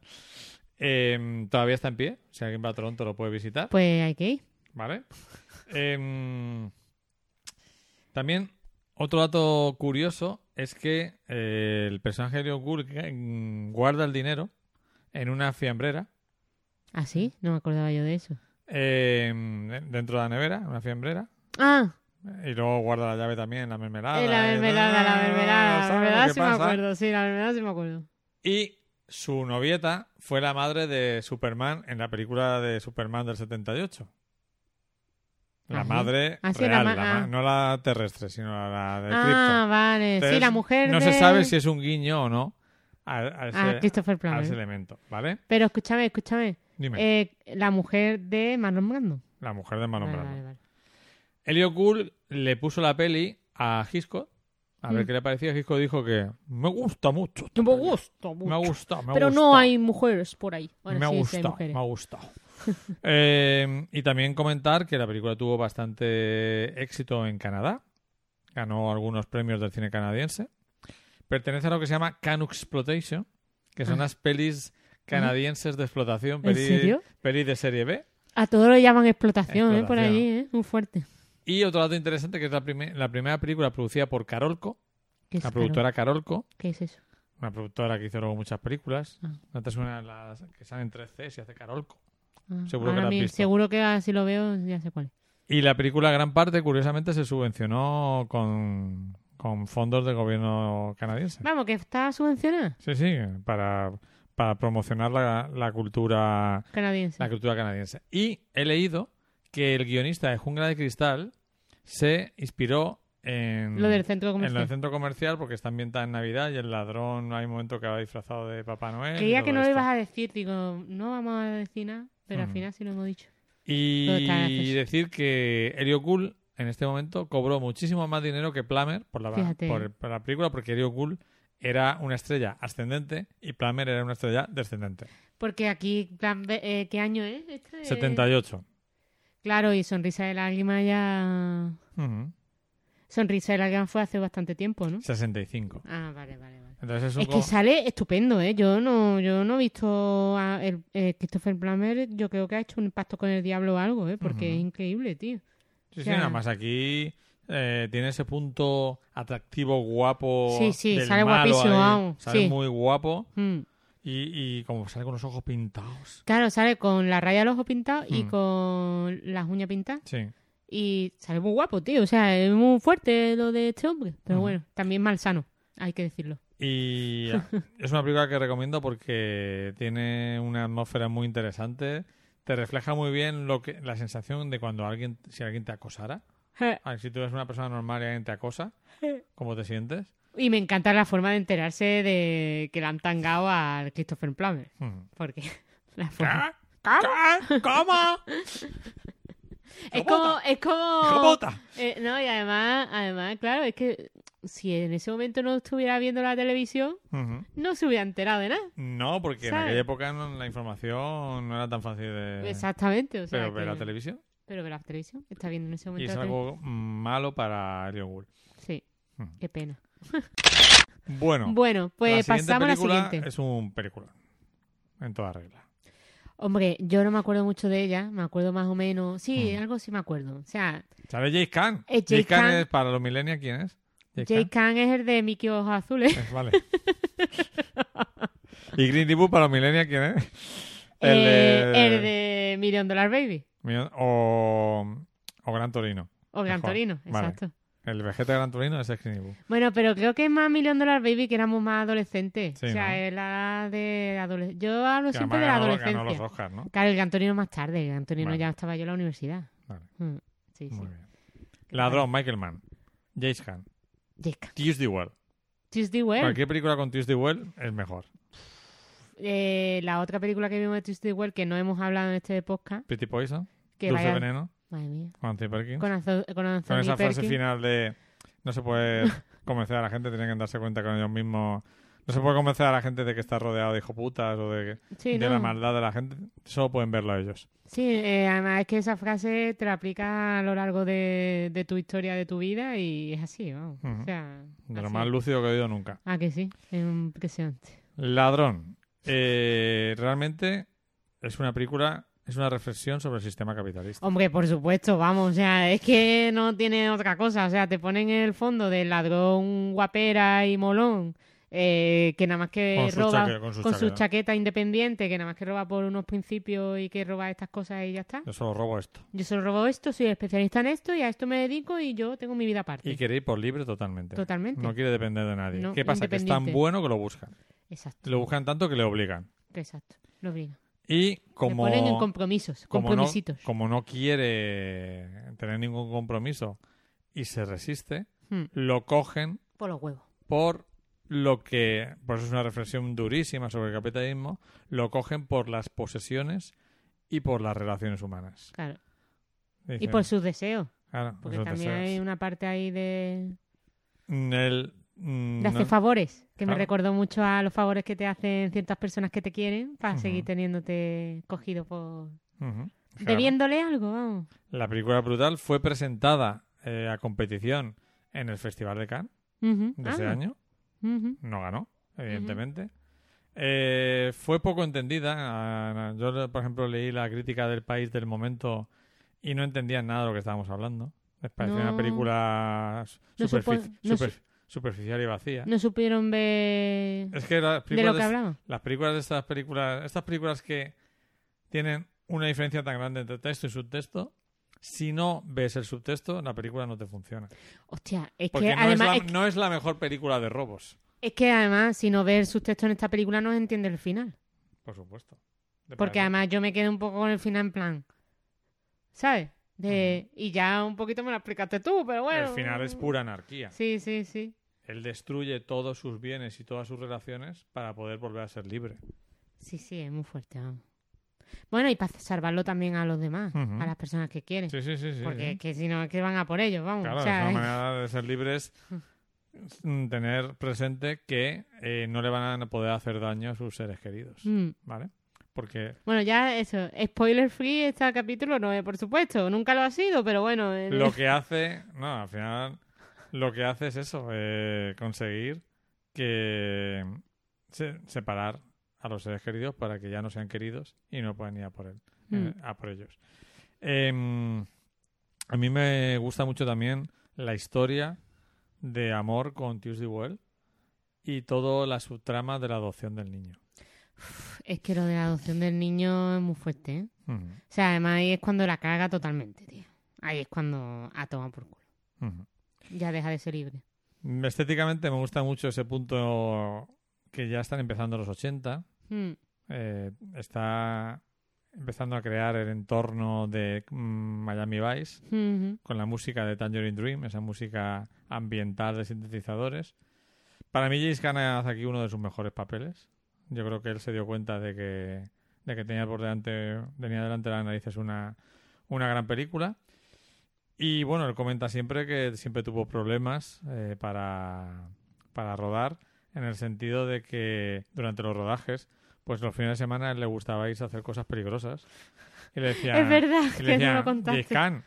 C: eh, todavía está en pie. Si alguien va a Toronto lo puede visitar,
B: Pues hay que ir.
C: ¿vale? Eh, también otro dato curioso es que eh, el personaje de Leo Gould eh, guarda el dinero en una fiambrera
B: ¿Ah, sí? No me acordaba yo de eso.
C: eh, dentro de la nevera, en una fiambrera.
B: Ah,
C: Y luego guarda la llave también en la mermelada.
B: eh, la
C: y-
B: mermelada, la mermelada. La
C: ¿Sabes lo
B: mermelada
C: que
B: sí me
C: pasa?
B: acuerdo, sí, la mermelada sí me acuerdo.
C: Y su novieta fue la madre de Superman en la película de Superman del 78. La
B: Ajá.
C: madre
B: Ah, sí, la
C: real,
B: ma-
C: la ma-
B: ah.
C: no la terrestre, sino la, la de
B: Ah, vale.
C: Krypton.
B: sí, la
C: Entonces,
B: mujer
C: No
B: de...
C: se sabe si es un guiño o no a, a ese,
B: Ah, Christopher
C: a ese
B: Plummer.
C: elemento, ¿vale?
B: Pero escúchame, escúchame.
C: Dime,
B: Eh, la mujer de Marlon Brando.
C: la mujer de Marlon
B: Vale,
C: Brando.
B: vale, vale.
C: Elio Cool le puso la peli a Hitchcock. A ver
B: Mm.
C: qué le parecía. Hitchcock dijo que me gusta mucho. esta
B: No me
C: peli.
B: gusta
C: Me
B: mucho.
C: gusta, me
B: Pero no
C: gusta.
B: hay mujeres por ahí. Bueno,
C: me, ha
B: sí, sí hay
C: gustado,
B: mujeres.
C: me ha gustado. Eh, y también comentar que la película tuvo bastante éxito en Canadá. Ganó algunos premios del cine canadiense. Pertenece a lo que se llama Can Exploitation, que son
B: Ah.
C: las pelis canadienses de explotación,
B: ¿En
C: peli,
B: serio?
C: peli de serie B.
B: A todo lo llaman explotación, ¿eh? por
C: Explotación.
B: allí, ¿eh? muy fuerte.
C: Y otro dato interesante que es la, prime- la primera película producida por Carolco,
B: ¿Qué es,
C: la
B: Carol?
C: productora Carolco,
B: ¿Qué es eso?
C: una productora que hizo luego muchas películas.
B: Ah.
C: ¿No te suena las que salen 3C y hace Carolco?
B: Ah,
C: Seguro
B: ahora
C: que la has
B: mismo-
C: visto.
B: Seguro que ah, si lo veo ya sé cuál es.
C: Y la película, gran parte, curiosamente, se subvencionó con, con fondos del gobierno canadiense.
B: Vamos, que está subvencionada
C: Sí, sí, para, para promocionar la, la cultura,
B: canadiense.
C: la cultura canadiense. Y he leído que el guionista de Jungla de Cristal se inspiró en,
B: Lo del centro
C: en lo del
B: comercial.
C: centro comercial porque está ambientada en Navidad y el ladrón hay un momento que va disfrazado de Papá Noel. y
B: Creía que
C: todo
B: no lo
C: esto.
B: ibas a decir, digo, no vamos a decir nada, pero al
C: Mm.
B: final sí lo hemos dicho. Pero está
C: Y
B: gracioso.
C: decir que Elio Cool en este momento cobró muchísimo más dinero que Plummer por la,
B: Fíjate.
C: por, por la película porque Elio Cool era una estrella ascendente y Plummer era una estrella descendente.
B: Porque aquí, plan B- eh, ¿qué año es? Este de-
C: 78.
B: Claro, y Sonrisa de Lágrimas ya...
C: Ujú.
B: Sonrisa de Lágrimas fue hace bastante tiempo, ¿no?
C: 65.
B: Ah, vale, vale, vale.
C: Entonces es un
B: Es que
C: co-
B: sale estupendo, ¿eh? Yo no, yo no he visto a el, eh, Christopher Plummer, yo creo que ha hecho un pacto con el diablo o algo, ¿eh? Porque
C: Ujú.
B: es increíble, tío.
C: Sí,
B: o
C: sí,
B: sea-
C: nada más aquí eh, tiene ese punto atractivo, guapo.
B: Sí, sí,
C: del
B: sale
C: malo
B: guapísimo,
C: ahí.
B: vamos,
C: Sale
B: sí.
C: muy guapo
B: Mm.
C: y, y como sale con los ojos pintados.
B: Claro, sale con la raya del ojo pintado y
C: Mm.
B: con las uñas pintadas.
C: Sí.
B: Y sale muy guapo, tío. O sea, es muy fuerte lo de este hombre. Pero
C: Ujú.
B: bueno, también mal sano, hay que decirlo.
C: Y es una película que recomiendo porque tiene una atmósfera muy interesante. Te refleja muy bien lo que la sensación de cuando alguien, si alguien te acosara. Ah, Si tú eres una persona normal y alguien te acosa, ¿cómo te sientes?
B: Y me encanta la forma de enterarse de que le han tangado al Christopher Plummer.
C: Hmm.
B: Porque la forma...
C: ¿Qué? ¿Cómo? Ah,
B: Es como, es como.
C: ¡Jabota!
B: Eh, no, y además, además, claro, es que si en ese momento no estuviera viendo la televisión,
C: Ujú.
B: no se hubiera enterado de nada.
C: No, porque en
B: ¿Sabes?
C: aquella época no- la información no era tan fácil de...
B: Exactamente. O sea,
C: Eh. Pero ver
B: que-
C: la televisión.
B: pero ver la televisión. Está viendo en ese
C: Y
B: momento.
C: es
B: la tele-
C: algo malo para el yogur.
B: Sí.
C: Hmm.
B: Qué pena.
C: Bueno,
B: Bueno, pues
C: la siguiente
B: pasamos a la
C: película
B: siguiente.
C: Es un película. En toda regla.
B: Hombre, yo no me acuerdo mucho de ella. Me acuerdo más o menos.
C: Hmm.
B: Sí, algo sí me acuerdo. O sea,
C: ¿Sabes Jay Khan?
B: Eh, Jay
C: Jay Khan
B: Khan.
C: es para los millennials, ¿quién es? Jay
B: Jay Khan es el de Mickey Ojos Azules.
C: Eh, Vale. ¿Y Green Debut para los millennials quién es?
B: Eh,
C: de-
B: el de Million Dollar Baby.
C: Mira, O, o Gran Torino.
B: O Gran
C: Mejor.
B: Torino.
C: Vale.
B: Exacto.
C: El vegeta de Gran Torino ese es Green Debut.
B: Bueno, pero creo que es más Million Dollar Baby que éramos más adolescentes.
C: Sí,
B: o sea,
C: ¿no?
B: es la de adolescencia. Yo hablo
C: Que
B: siempre de la
C: además ganó,
B: adolescencia.
C: ganó los Oscars, ¿no?
B: Claro, el Antonino más tarde. El Antonino
C: Vale.
B: ya estaba yo en la universidad.
C: Vale.
B: Mm, Sí, sí.
C: Muy bien. Ladrón, Michael Mann. James Khan.
B: Jay Khan.
C: Tuesday World.
B: Tuesday World.
C: Cualquier película con Tuesday World es mejor.
B: Eh, la otra película que vimos de Tuesday World que no hemos hablado en este podcast.
C: Pretty Poison.
B: Que
C: Dulce
B: vaya...
C: Veneno.
B: Madre mía.
C: Con Anthony Perkins.
B: Con, Anzo- con Anthony
C: Con esa frase
B: Perkins.
C: final de no se puede convencer a la gente, tienen que darse cuenta con ellos mismos. No se puede convencer a la gente de que está rodeado de hijoputas o de,
B: Sí,
C: de
B: ¿no?
C: la maldad de la gente. Solo pueden verlo ellos.
B: Sí, eh, además es que esa frase te la aplica a lo largo de, de tu historia, de tu vida y es así, vamos.
C: Ujú.
B: O sea,
C: De lo
B: así.
C: más lúcido que he oído nunca.
B: Ah, que sí, es impresionante.
C: Ladrón. Eh, realmente es una película, es una reflexión sobre el sistema capitalista.
B: Hombre, por supuesto, vamos, o sea, es que no tiene otra cosa, o sea, te ponen el fondo del ladrón guapera y molón, eh, que nada más que
C: Con su
B: roba
C: chaque- con su
B: con su
C: chaqueta.
B: chaqueta independiente, que nada más que roba por unos principios y que roba estas cosas y ya está.
C: Yo solo robo esto.
B: Yo solo robo esto, soy especialista en esto y a esto me dedico y yo tengo mi vida aparte.
C: Y quiere ir por libre totalmente.
B: Totalmente.
C: No quiere depender de nadie.
B: No,
C: ¿Qué pasa? Que es tan
B: independiente.
C: bueno que lo buscan.
B: Exacto,
C: Lo buscan tanto que le obligan.
B: exacto, lo obliga.
C: Y
B: Te
C: como...
B: ponen en compromisos,
C: como no,
B: compromisitos.
C: como no quiere tener ningún compromiso y se resiste,
B: Hmm,
C: lo cogen
B: por los huevos.
C: por lo que, por eso es una reflexión durísima sobre el capitalismo, lo cogen por las posesiones y por las relaciones humanas.
B: Claro. Y
C: Dicen, "Ah, pues
B: por sus deseos,
C: claro,
B: porque
C: esos
B: también
C: deseos.
B: hay una parte ahí de,
C: Mm, el- mm,
B: de este hacer
C: no-
B: favores, que
C: Claro.
B: me recordó mucho a los favores que te hacen ciertas personas que te quieren para
C: Ujú.
B: seguir teniéndote cogido por...
C: Ujú, claro.
B: Debiéndole algo, vamos.
C: La película Brutal fue presentada eh, a competición en el Festival de Cannes
B: Ujú.
C: de ese
B: Ah,
C: año.
B: ujú.
C: no ganó, evidentemente. Eh, fue poco entendida. Ah, Yo, por ejemplo, leí la crítica del país del momento y no entendían nada de lo que estábamos hablando. Les parecía una
B: No.
C: película
B: No
C: superfi-
B: supo- no
C: super- superficial y vacía.
B: No supieron ver
C: Es que las
B: de lo
C: películas
B: que
C: de,
B: hablaba.
C: las películas de estas películas, estas películas que tienen una diferencia tan grande entre texto y subtexto, si no ves el subtexto, la película no te funciona.
B: Hostia, es
C: Porque
B: que
C: no,
B: además...
C: es la,
B: es que-
C: no es la mejor película de robos,
B: Es que además, si no ver sus textos en esta película, no entiende el final.
C: por supuesto. De
B: Porque
C: Paradise.
B: además yo me quedé un poco con el final en plan. ¿Sabes? De, Y ya un poquito me lo explicaste tú, pero bueno.
C: El final es pura anarquía.
B: Sí, sí, sí.
C: Él destruye todos sus bienes y todas sus relaciones para poder volver a ser libre.
B: Sí, sí, es muy fuerte, vamos. Bueno, y para salvarlo también a los demás,
C: Ujú.
B: a las personas que quieren.
C: Sí, sí, sí. sí,
B: porque
C: sí.
B: es que si no, es que van a por ellos, vamos.
C: Claro,
B: o sea,
C: es
B: es-
C: una manera de ser libres mm, tener presente que eh, no le van a poder hacer daño a sus seres queridos.
B: Mm.
C: ¿Vale? Porque
B: Bueno, ya eso. Spoiler free, este capítulo no es, por supuesto. Nunca lo ha sido, pero bueno. en-
C: lo que hace. No, al final. Lo que hace es eso: eh, conseguir que. se- separar a los seres queridos para que ya no sean queridos y no puedan ir a por él.
B: Mm.
C: eh, a por ellos. Em, a mí me gusta mucho también la historia de amor con Tuesday Well y toda la subtrama de la adopción del niño.
B: Es que lo de la adopción del niño es muy fuerte, ¿eh? O sea, además ahí es cuando la caga totalmente, tío. Ahí es cuando ha tomado por culo. Ya deja de ser libre.
C: Estéticamente me gusta mucho ese punto que ya están empezando los 80.
B: Mm,
C: eh, está empezando a crear el entorno de mm, Miami Vice.
B: mm, mm.
C: con la música de Tangerine Dream, esa música ambiental de sintetizadores. Para mí James Gunn hace aquí uno de sus mejores papeles. Yo creo que él se dio cuenta de que de que tenía por delante, tenía delante de las narices una, una gran película. Y bueno, él comenta siempre que siempre tuvo problemas eh, para, para rodar, en el sentido de que durante los rodajes, pues los fines de semana él le gustaba irse a hacer cosas peligrosas. Y le decía,
B: Es verdad
C: y
B: que
C: le decía,
B: no lo contaste.
C: "Jay Khan,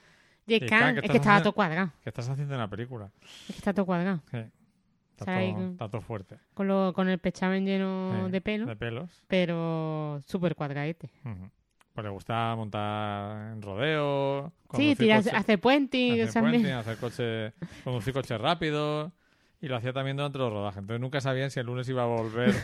B: Jay
C: Jay
B: Khan,
C: Khan, ¿qué
B: es
C: estás
B: que estaba
C: haciendo?
B: todo cuadrado.
C: ¿qué estás haciendo en la película?
B: Es que está todo cuadrado.
C: Sí. Está,
B: Sale ahí
C: todo,
B: con-
C: está todo fuerte.
B: Con, lo, con el pechamen lleno
C: Sí,
B: de pelo,
C: De pelos.
B: pero súper cuadradete.
C: Ujú. Pues le gustaba montar en rodeo.
B: Sí,
C: conducir
B: tiras,
C: coche-
B: hace puenting,
C: hacer
B: o sea,
C: puente,
B: me-
C: hacer coche, conducir coche rápido y lo hacía también durante los rodajes. Entonces nunca sabían si el lunes iba a volver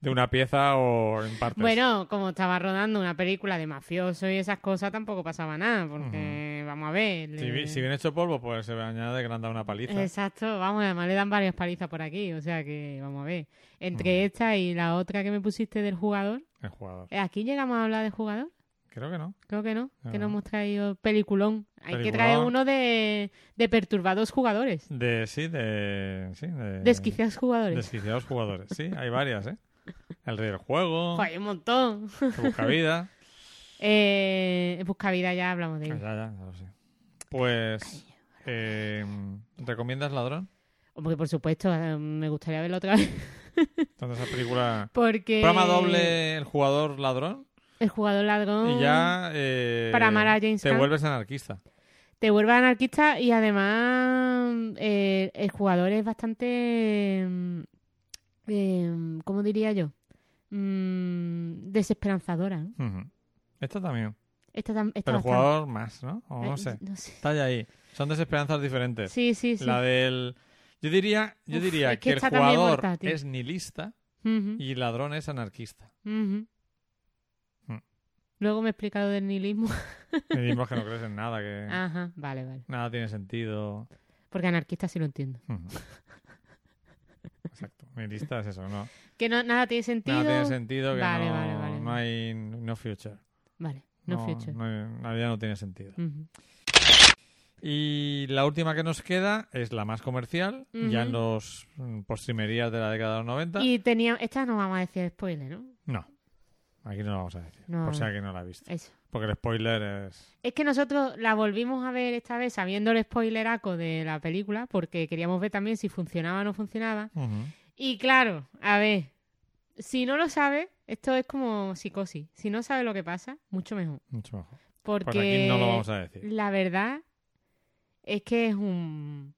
C: de una pieza o en partes.
B: Bueno, como estaba rodando una película de mafioso y esas cosas, tampoco pasaba nada, porque vamos a ver.
C: si,
B: le-
C: vi- si bien hecho polvo, pues se añade que le han dado una paliza.
B: Exacto, vamos, además le dan varias palizas por aquí, o sea que vamos a ver. Entre esta y la otra que me pusiste del jugador,
C: El jugador.
B: ¿eh, ¿aquí llegamos a hablar de jugador?
C: Creo que no.
B: Creo que no, que
C: Ah.
B: no hemos traído peliculón. Hay que traer
C: Peliculón.
B: uno de, de perturbados jugadores,
C: De, sí, de... Sí, de
B: desquiciados jugadores.
C: desquiciados jugadores. Sí, hay varias, ¿eh? El rey del juego,
B: Jo, hay un montón.
C: el buscavida...
B: Eh, Buscavida ya hablamos de
C: Ah,
B: él.
C: Ya, ya, ya lo sé. Pues... eh, ¿Recomiendas Ladrón?
B: Hombre, por supuesto, eh, me gustaría verlo otra vez.
C: Entonces esa película...
B: Porque.
C: Programa doble, el jugador ladrón.
B: El jugador ladrón.
C: Y ya. eh,
B: Ah, Para amar a James
C: Te
B: Caan.
C: vuelves anarquista.
B: Te vuelve anarquista y además eh, el jugador es bastante. mm, eh, ¿Cómo diría yo? Mm, desesperanzadora. ¿no?
C: Ujú. Esto también.
B: Esta, tam- esta
C: Pero
B: bastante-
C: el jugador más, ¿no? O
B: Ay,
C: no sé.
B: no sé.
C: Está ya ahí. Son desesperanzas diferentes.
B: Eh, Sí, sí, sí.
C: La del. Yo diría, yo
B: Uf,
C: diría
B: es que
C: que, el
B: está también
C: jugador
B: muerta, tío.
C: es nihilista
B: Ujú,
C: y ladrón es anarquista.
B: ujú.
C: Mm.
B: Luego me he explicado del nihilismo.
C: Me dimos que no crees en nada, que
B: Ajá, vale, vale.
C: nada tiene sentido.
B: Porque anarquista sí lo entiendo.
C: Ujú. Exacto. Nihilista es eso, ¿no?
B: Que no, nada tiene sentido.
C: Nada tiene sentido, que
B: Vale,
C: no,
B: vale, vale.
C: no hay no future.
B: Vale, no, future.
C: no hay- la vida no tiene sentido.
B: Ujú.
C: Y la última que nos queda es la más comercial,
B: Ujú.
C: ya en los mm, postrimerías de la década de los 90.
B: Y tenía. Esta no vamos a decir spoiler, ¿no?
C: No, aquí no lo vamos a decir,
B: No.
C: por si alguien no la ha visto.
B: Eso.
C: Porque el spoiler es...
B: Es que nosotros la volvimos a ver esta vez sabiendo el spoileraco de la película, porque queríamos ver también si funcionaba o no funcionaba.
C: Ujú.
B: Y claro, a ver, si no lo sabes, esto es como psicosis. Si no sabes lo que pasa, mucho mejor.
C: Mucho mejor.
B: Porque
C: Por aquí no lo vamos a decir.
B: la verdad es que es un.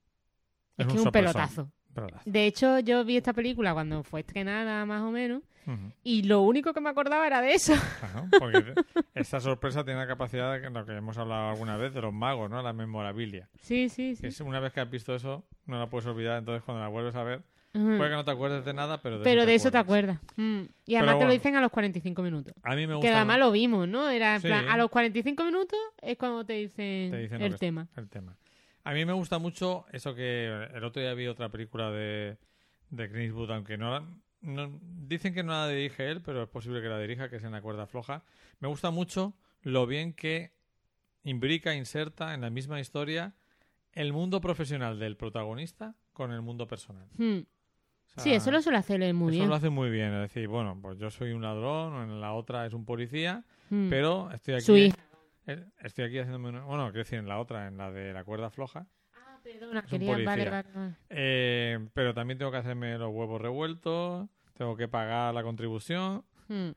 B: Es,
C: Es
B: que
C: un
B: es un
C: sopesón.
B: pelotazo.
C: Verdad.
B: De hecho, yo vi esta película cuando fue estrenada, más o menos,
C: Ujú.
B: y lo único que me acordaba era de eso.
C: Claro, porque esta sorpresa tiene la capacidad, de que- lo que hemos hablado alguna vez, de los magos, ¿no? La memorabilia.
B: Sí, sí, sí.
C: Que es una vez que has visto eso, no la puedes olvidar, entonces cuando la vuelves a ver,
B: Ujú.
C: puede que no te acuerdes de nada, pero de
B: Mm. Pero
C: eso
B: de eso te
C: acuerdas.
B: acuerdas. Mm. Y además te lo
C: bueno.
B: dicen a los 45 minutos.
C: A mí
B: Que
C: me gusta
B: además lo vimos, ¿no? Era en
C: Sí.
B: plan, a los 45 minutos es cuando te dicen,
C: Te dicen lo
B: el
C: que-
B: tema.
C: el tema. A mí me gusta mucho eso que el otro día vi otra película de, de Clint Eastwood, aunque no, la- no- dicen que no la dirige él, pero es posible que la dirija, que es en la cuerda floja. Me gusta mucho lo bien que imbrica, inserta en la misma historia el mundo profesional del protagonista con el mundo personal.
B: Mm.
C: O sea,
B: sí, eso lo suele hacer muy
C: eso
B: bien.
C: lo hace muy bien. Es decir, bueno, pues yo soy un ladrón, o en la otra es un policía,
B: Mm.
C: pero estoy aquí.
B: Su hija.
C: eh, Estoy aquí haciéndome una- Bueno, quiero decir, en la otra, en la de la cuerda floja.
B: Ah, perdona,
C: un
B: quería... Vale,
C: policía.
B: vale, vale.
C: Eh, pero también tengo que hacerme los huevos revueltos, tengo que pagar la contribución
B: Mm.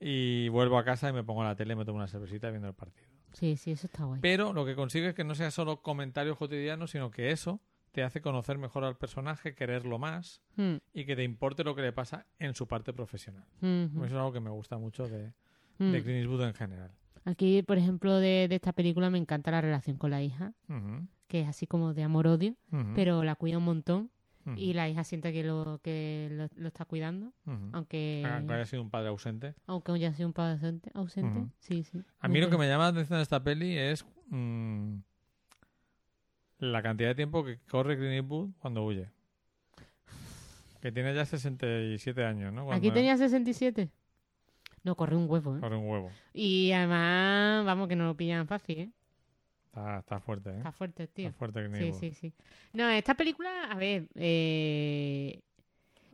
C: y vuelvo a casa y me pongo a la tele, me tomo una cervecita viendo el partido.
B: Sí, sí, eso está guay.
C: Pero lo que consigo es que no sea solo comentarios cotidianos, sino que eso te hace conocer mejor al personaje, quererlo más
B: Mm,
C: y que te importe lo que le pasa en su parte profesional.
B: mm,
C: Eso es algo que me gusta mucho de,
B: mm.
C: Pues, de Clint Eastwood en general.
B: Aquí, por ejemplo, de, de esta película me encanta la relación con la hija,
C: Ujú,
B: que es así como de amor-odio,
C: ujú,
B: pero la cuida un montón
C: ujú,
B: y la hija siente que lo, que lo, lo está cuidando,
C: ujú.
B: aunque...
C: Aunque Ah, haya sido un padre ausente.
B: Aunque haya sido un padre ausente. ausente.
C: Ujú.
B: Sí, sí.
C: A mí lo que
B: Ujú.
C: me llama la atención de esta peli es mm, la cantidad de tiempo que corre Clint Eastwood cuando huye. Que tiene ya 67 años, ¿no? Cuando
B: Aquí tenía 67. No, corre un huevo, ¿eh?
C: Corre un huevo.
B: Y además, vamos, que no lo pillan fácil, ¿eh?
C: Está, está fuerte, ¿eh?
B: Está fuerte, tío.
C: Está fuerte Clint
B: Sí,
C: Eastwood.
B: sí, sí. No, esta película, a ver, eh,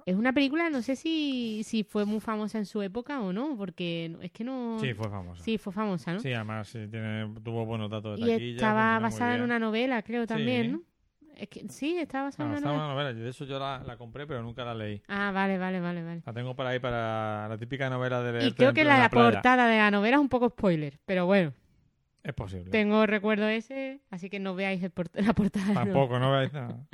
B: Es una película, no sé si, si fue muy famosa en su época o no, porque no- es que no...
C: Sí, fue famosa.
B: Sí, fue famosa, ¿no?
C: Sí, además sí, tiene, tuvo buenos datos de
B: y
C: taquilla. funciona
B: estaba
C: muy
B: basada en
C: bien.
B: una novela, creo, también,
C: Sí.
B: ¿no? Es que, sí, estaba basada en
C: No,
B: una
C: estaba en
B: novela.
C: una novela. Yo, De hecho, yo la, la compré, pero nunca la leí.
B: Ah, vale, vale, vale, vale.
C: La tengo por ahí para la típica novela de leer.
B: Y creo que la, portada de la novela es un poco spoiler, pero bueno,
C: Es posible.
B: tengo recuerdo ese, así que no veáis el port- la portada. de la novela.
C: Tampoco, no veáis nada.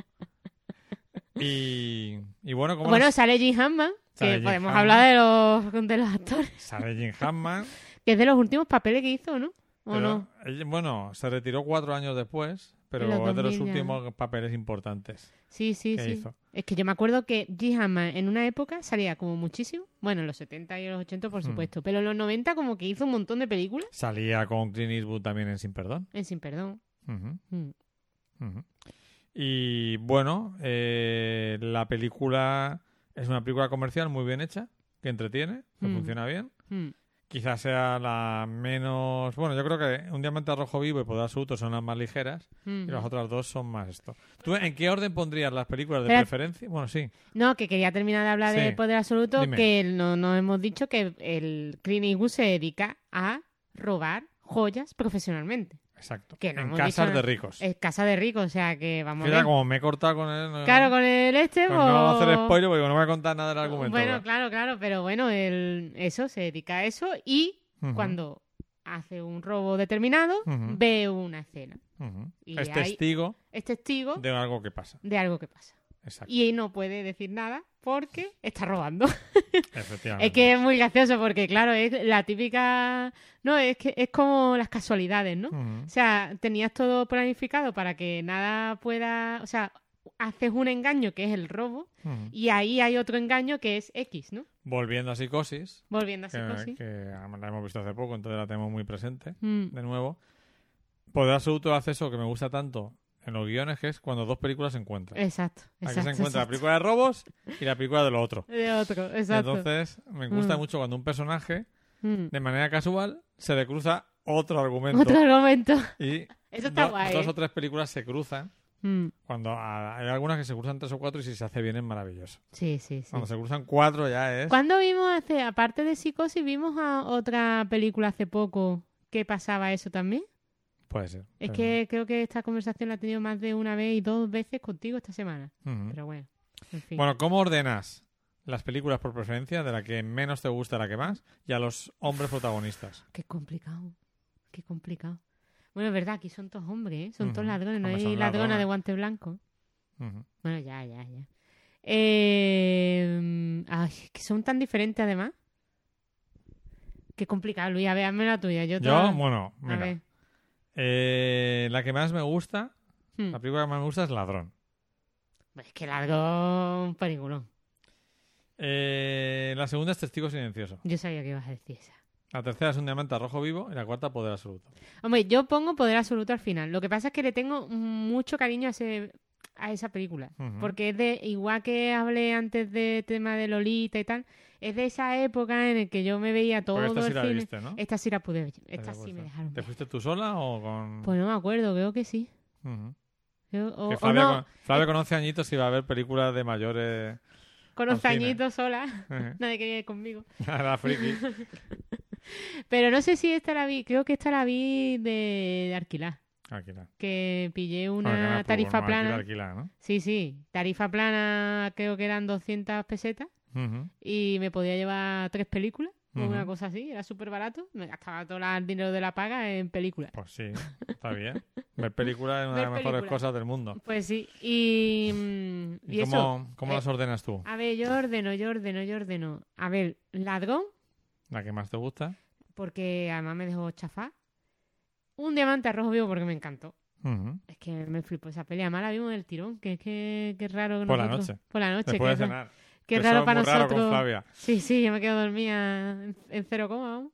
C: Y, y bueno, como
B: Bueno, sale Jim Hammond,
C: Sale
B: que
C: Gene
B: podemos
C: Hammond.
B: hablar de los, de los actores,
C: sale Jim Hammond.
B: que es de los últimos papeles que hizo, ¿no? ¿O
C: pero
B: no?
C: él- bueno, se retiró cuatro años después, pero
B: En los
C: es de
B: 2000
C: los
B: ya.
C: últimos papeles importantes
B: Sí, sí,
C: que
B: sí.
C: hizo.
B: Es que yo me acuerdo que Jim Hammond en una época salía como muchísimo, bueno, en los 70 y en los 80 por
C: Hmm.
B: supuesto, pero en los 90 como que hizo un montón de películas
C: Salía con Clint Eastwood también en Sin Perdón.
B: en Sin Perdón.
C: Ujú,
B: Hmm.
C: ujú. Y bueno, eh, la película es una película comercial muy bien hecha, que entretiene, que
B: Mm.
C: funciona bien.
B: Hmm.
C: Quizás sea la menos... Bueno, yo creo que Un Diamante Rojo Vivo y Poder Absoluto son las más ligeras
B: Hmm.
C: y las otras dos son más esto. ¿Tú en qué orden pondrías las películas de
B: Espera.
C: preferencia? Bueno, sí.
B: No, que quería terminar de hablar
C: Sí.
B: de Poder Absoluto,
C: Dime.
B: que no, nos hemos dicho que el Clint Eastwood se dedica a robar joyas profesionalmente.
C: Exacto.
B: Que no
C: en
B: hemos dicho-
C: casas
B: Eh,
C: de ricos.
B: Es casa de rico, o sea que vamos
C: Mira,
B: a ver.
C: como me he cortado con él. no-
B: Claro, con el este,
C: pues
B: pues-
C: no voy a hacer spoiler porque no voy a contar nada del argumento.
B: Bueno,
C: ahora.
B: claro, claro, pero bueno, el... eso, se dedica a eso y
C: Ujú,
B: cuando hace un robo determinado,
C: Ujú.
B: ve una escena.
C: ujú.
B: y
C: Es
B: ahí-
C: testigo
B: Es testigo de...
C: de algo que pasa.
B: algo que pasa.
C: Exacto.
B: Y no puede decir nada porque está robando.
C: Efectivamente.
B: Es que es muy gracioso porque, claro, es la típica... No, es que es como las casualidades, ¿no?
C: Ujú,
B: O sea, tenías todo planificado para que nada pueda... O sea, haces un engaño que es el robo
C: ujú.
B: y ahí hay otro engaño que es X, ¿no?
C: Volviendo a psicosis,
B: Volviendo a
C: Ah, que,
B: psicosis.
C: que la hemos visto hace poco, entonces la tenemos muy presente
B: Mm,
C: de nuevo. Poder absoluto hace eso que me gusta tanto en los guiones, que es cuando dos películas se encuentran.
B: Exacto,
C: Aquí
B: exacto.
C: se encuentra la
B: exacto.
C: película de robos y la película de lo otro.
B: De otro, exacto.
C: Entonces, me gusta
B: Mm.
C: mucho cuando un personaje,
B: Mm.
C: de manera casual, se le cruza otro argumento.
B: Otro argumento.
C: Y
B: Eso está
C: do-
B: guay.
C: dos
B: ¿eh?
C: o tres películas se cruzan.
B: Mm,
C: Cuando a- hay algunas que se cruzan tres o cuatro y si se hace bien es maravilloso.
B: Sí, sí, sí.
C: Cuando se cruzan cuatro ya es...
B: ¿Cuándo vimos hace, aparte de Psicosis, vimos a otra película hace poco que pasaba eso también?
C: Puede ser.
B: Es
C: pero-
B: que creo que esta conversación la he tenido más de una vez y dos veces contigo esta semana.
C: Ujú.
B: Pero bueno, en fin.
C: Mm. Bueno, ¿cómo ordenas las películas por preferencia, de la que menos te gusta a la que más, y a los hombres protagonistas?
B: Qué complicado. Qué complicado. Bueno, es verdad, aquí son todos hombres, ¿eh? son todos
C: Ujú.
B: ladrones, no
C: Hombre,
B: hay
C: son
B: ladrona
C: ladrones.
B: de guante blanco.
C: Ujú.
B: Bueno, ya, ya, ya. Eh, ay, es que son tan diferentes además. Qué complicado, Luis. A ver, hazme la tuya. Yo, te
C: Yo,
B: la-
C: bueno,
B: A
C: mira.
B: ver.
C: eh, la que más me gusta,
B: Hmm.
C: la película que más me gusta es Ladrón.
B: Es que largo un peliculón.
C: Eh, la segunda es Testigo Silencioso.
B: Yo sabía que ibas a decir esa.
C: La tercera es Un Diamante a Rojo Vivo y la cuarta Poder Absoluto.
B: Hombre, yo pongo Poder Absoluto al final. Lo que pasa es que le tengo mucho cariño a, ese- a esa película.
C: Ujú.
B: Porque es de, igual que hablé antes de tema de Lolita y tal, es de esa época en el que yo me veía todo
C: Porque esta sí
B: el
C: la
B: cine.
C: viste, ¿no?
B: Esta sí la pude ver. Esta
C: Esa
B: sí me
C: cuesta.
B: dejaron
C: ¿Te
B: ver.
C: fuiste tú sola o con...?
B: Pues no me acuerdo, creo que sí.
C: Ujú.
B: Creo- o,
C: Que
B: o
C: Flavia,
B: no,
C: con, Flavia con 11 añitos iba a ver películas de mayores.
B: con los
C: al cine.
B: añitos sola.
C: Ujú.
B: Nadie quería ir conmigo.
C: la friki.
B: Pero no sé si esta la vi. Creo que esta la vi de, de alquilar.
C: Alquilar.
B: Que pillé
C: Bueno, que
B: una
C: no,
B: tarifa
C: no,
B: plana.
C: Alquilar, alquilar,
B: Sí, sí. Tarifa plana creo que eran 200 pesetas
C: ¿no? Ujú.
B: y me podía llevar tres películas o una
C: Ujú.
B: cosa así. Era súper barato. Me gastaba todo la- el dinero de la paga en películas.
C: Pues sí, está bien. Ver películas es una de
B: Ver
C: las mejores
B: películas.
C: cosas del mundo.
B: Pues sí. Y, mm,
C: ¿Y,
B: y eso.
C: cómo, cómo
B: eh,
C: las ordenas tú?
B: A ver, yo ordeno, yo ordeno, yo ordeno. A ver, ladrón,
C: ¿La que más te gusta?
B: porque además me dejó chafar. Un diamante a rojo vivo porque me encantó.
C: Ujú.
B: Es que me flipó esa pelea. Además la vimos del tirón, que es que, que raro. que
C: Por la
B: nosotros-
C: noche.
B: Por la noche. que
C: Después
B: es
C: de
B: ra-
C: cenar.
B: Qué
C: Eso
B: raro
C: es
B: para
C: muy
B: nosotros.
C: Raro con Flavia.
B: Sí, sí, yo me quedo dormida en, en cero coma, vamos.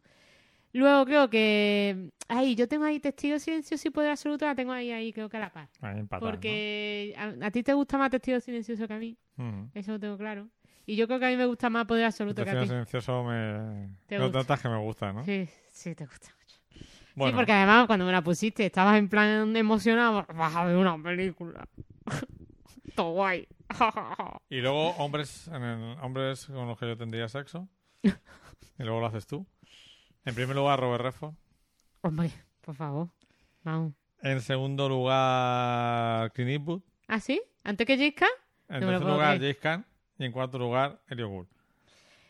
B: Luego creo que. Ay, yo tengo ahí Testigo de Silencioso y Poder Absoluto, la tengo ahí, ahí, creo que a la par.
C: Ahí empatan,
B: Porque a, a ti te gusta más Testigo Silencioso que a mí,
C: ¿no? Ujú.
B: eso lo tengo claro. Y yo creo que a mí me gusta más Poder
C: El
B: Absoluto que a
C: Testigo
B: ti.
C: silencioso me...
B: Te
C: Lo
B: gusta.
C: tantas que me gusta, ¿no?
B: Sí, sí, te gusta mucho.
C: Bueno,
B: Sí, porque además cuando me la pusiste estabas en plan emocionado, vas a ver una película. Todo guay.
C: Y luego hombres, en el- hombres con los que yo tendría sexo. y luego lo haces tú. En primer lugar, Robert Redford.
B: Hombre, por favor. Vamos.
C: En segundo lugar, Clint Eastwood.
B: ¿Ah, sí? ¿Antes que Jessica?
C: En
B: No me lo
C: tercer
B: puedo
C: lugar,
B: creer.
C: James Caan. Y en cuarto lugar, Elio Gould.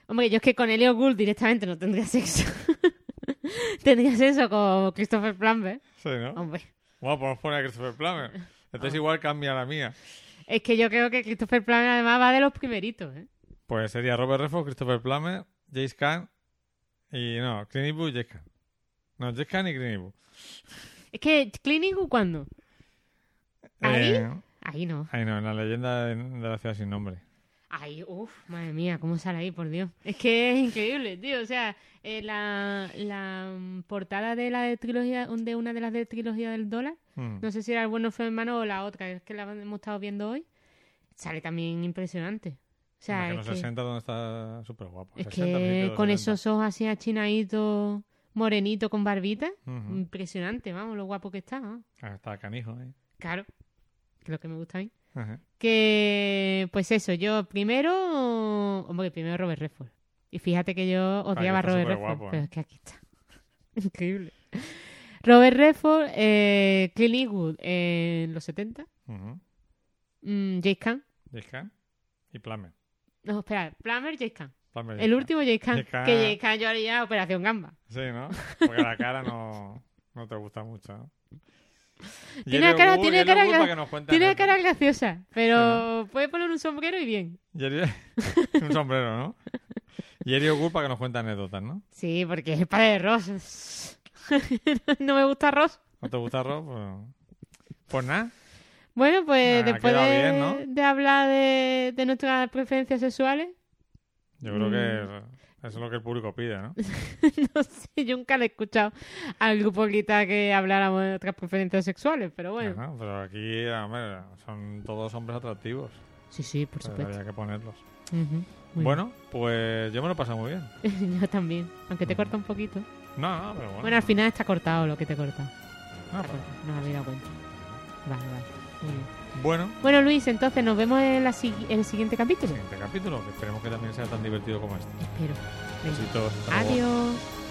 B: Hombre, yo es que con Elliot Gould directamente no tendría sexo. tendría sexo con Christopher Plumber.
C: Sí, ¿no?
B: Hombre.
C: Bueno, podemos poner pues a Christopher Plummer.
B: Ah.
C: Entonces igual cambia la mía.
B: Es que yo creo que Christopher Plummer además va de los primeritos, ¿eh?
C: Pues sería Robert Redford, Christopher Plummer, James Caan y... No, Clint Eastwood y James Caan. No, James Caan y Clint Eastwood.
B: Es que Clint Eastwood, ¿cuándo? ¿Ahí?
C: Eh,
B: Ahí no.
C: ahí no, en la leyenda de, de la ciudad sin nombre.
B: Ahí, uff, madre mía, cómo sale ahí, por Dios. Es que es increíble, tío. O sea, eh, la, la mm, portada de la de trilogía, de una de las de trilogía del dólar,
C: Mm.
B: no sé si era el bueno fue hermano o la otra, es que la hemos estado viendo hoy, sale también impresionante. O sea,
C: Imagino
B: es que,
C: 60 donde está súper guapo.
B: es que con esos ojos así achinaditos, morenito con barbita, impresionante, vamos, lo guapo que está. vamos.
C: está canijo ahí.
B: Claro, que es lo que me gusta a mí.
C: Ajá.
B: Que, pues eso, yo primero. Hombre, primero Robert Redford. Y fíjate que yo odiaba a
C: Ah, está
B: Robert Redford,
C: superguapo, ¿eh?
B: pero es que aquí está. Increíble. Robert Redford, eh, Clint Eastwood eh, en los 70,
C: Ujú.
B: mm, James Caan.
C: James Caan y Plummer.
B: No, espera, Plummer, James Caan.
C: Plummer y
B: El
C: James
B: último James Caan.
C: James Caan.
B: Que James Caan yo haría Operación Gamba.
C: Caan. Sí, ¿no? Porque la cara no, no te gusta mucho, ¿no? Y
B: Tiene
C: Elliot
B: cara-
C: Wood-
B: tiene
C: Elliot
B: cara
C: Wood
B: gra-
C: para que nos cuente
B: Tiene una
C: anécdotas.
B: cara graciosa, pero puede poner un sombrero y bien.
C: Y Elliot- Un sombrero, ¿no? Y Elio Gould para que nos cuente anécdotas, ¿no?
B: Sí, porque es el padre de Ross. no me gusta Ross.
C: ¿No te gusta Rob? Pues, pues nada.
B: Bueno, pues
C: Nah, ha
B: después
C: quedado
B: de,
C: bien, ¿no?
B: de hablar de, de nuestras preferencias sexuales,
C: Yo creo
B: Mm.
C: que eso es lo que el público pide, ¿no?
B: no sé, yo nunca le he escuchado al grupo Guita que habláramos de nuestras preferencias sexuales, pero bueno.
C: Ajá, pero aquí, hombre, son todos hombres atractivos.
B: Sí, sí, por
C: Pero
B: supuesto.
C: habría que ponerlos.
B: Ujú, muy
C: Bueno, pues yo me lo he pasado muy bien.
B: bien. yo también, aunque te corta un poquito.
C: No, no, pero bueno.
B: Bueno, al final está cortado lo que te corta.
C: No,
B: Está
C: pero-
B: cortado, No me había dado cuenta. Vale, vale. muy bien.
C: Bueno,
B: Bueno, Luis, entonces nos vemos en, la sigui- en el siguiente capítulo.
C: siguiente capítulo, que esperemos que también sea tan divertido como este.
B: Espero. Venga.
C: Besitos, hasta luego.
B: Adiós.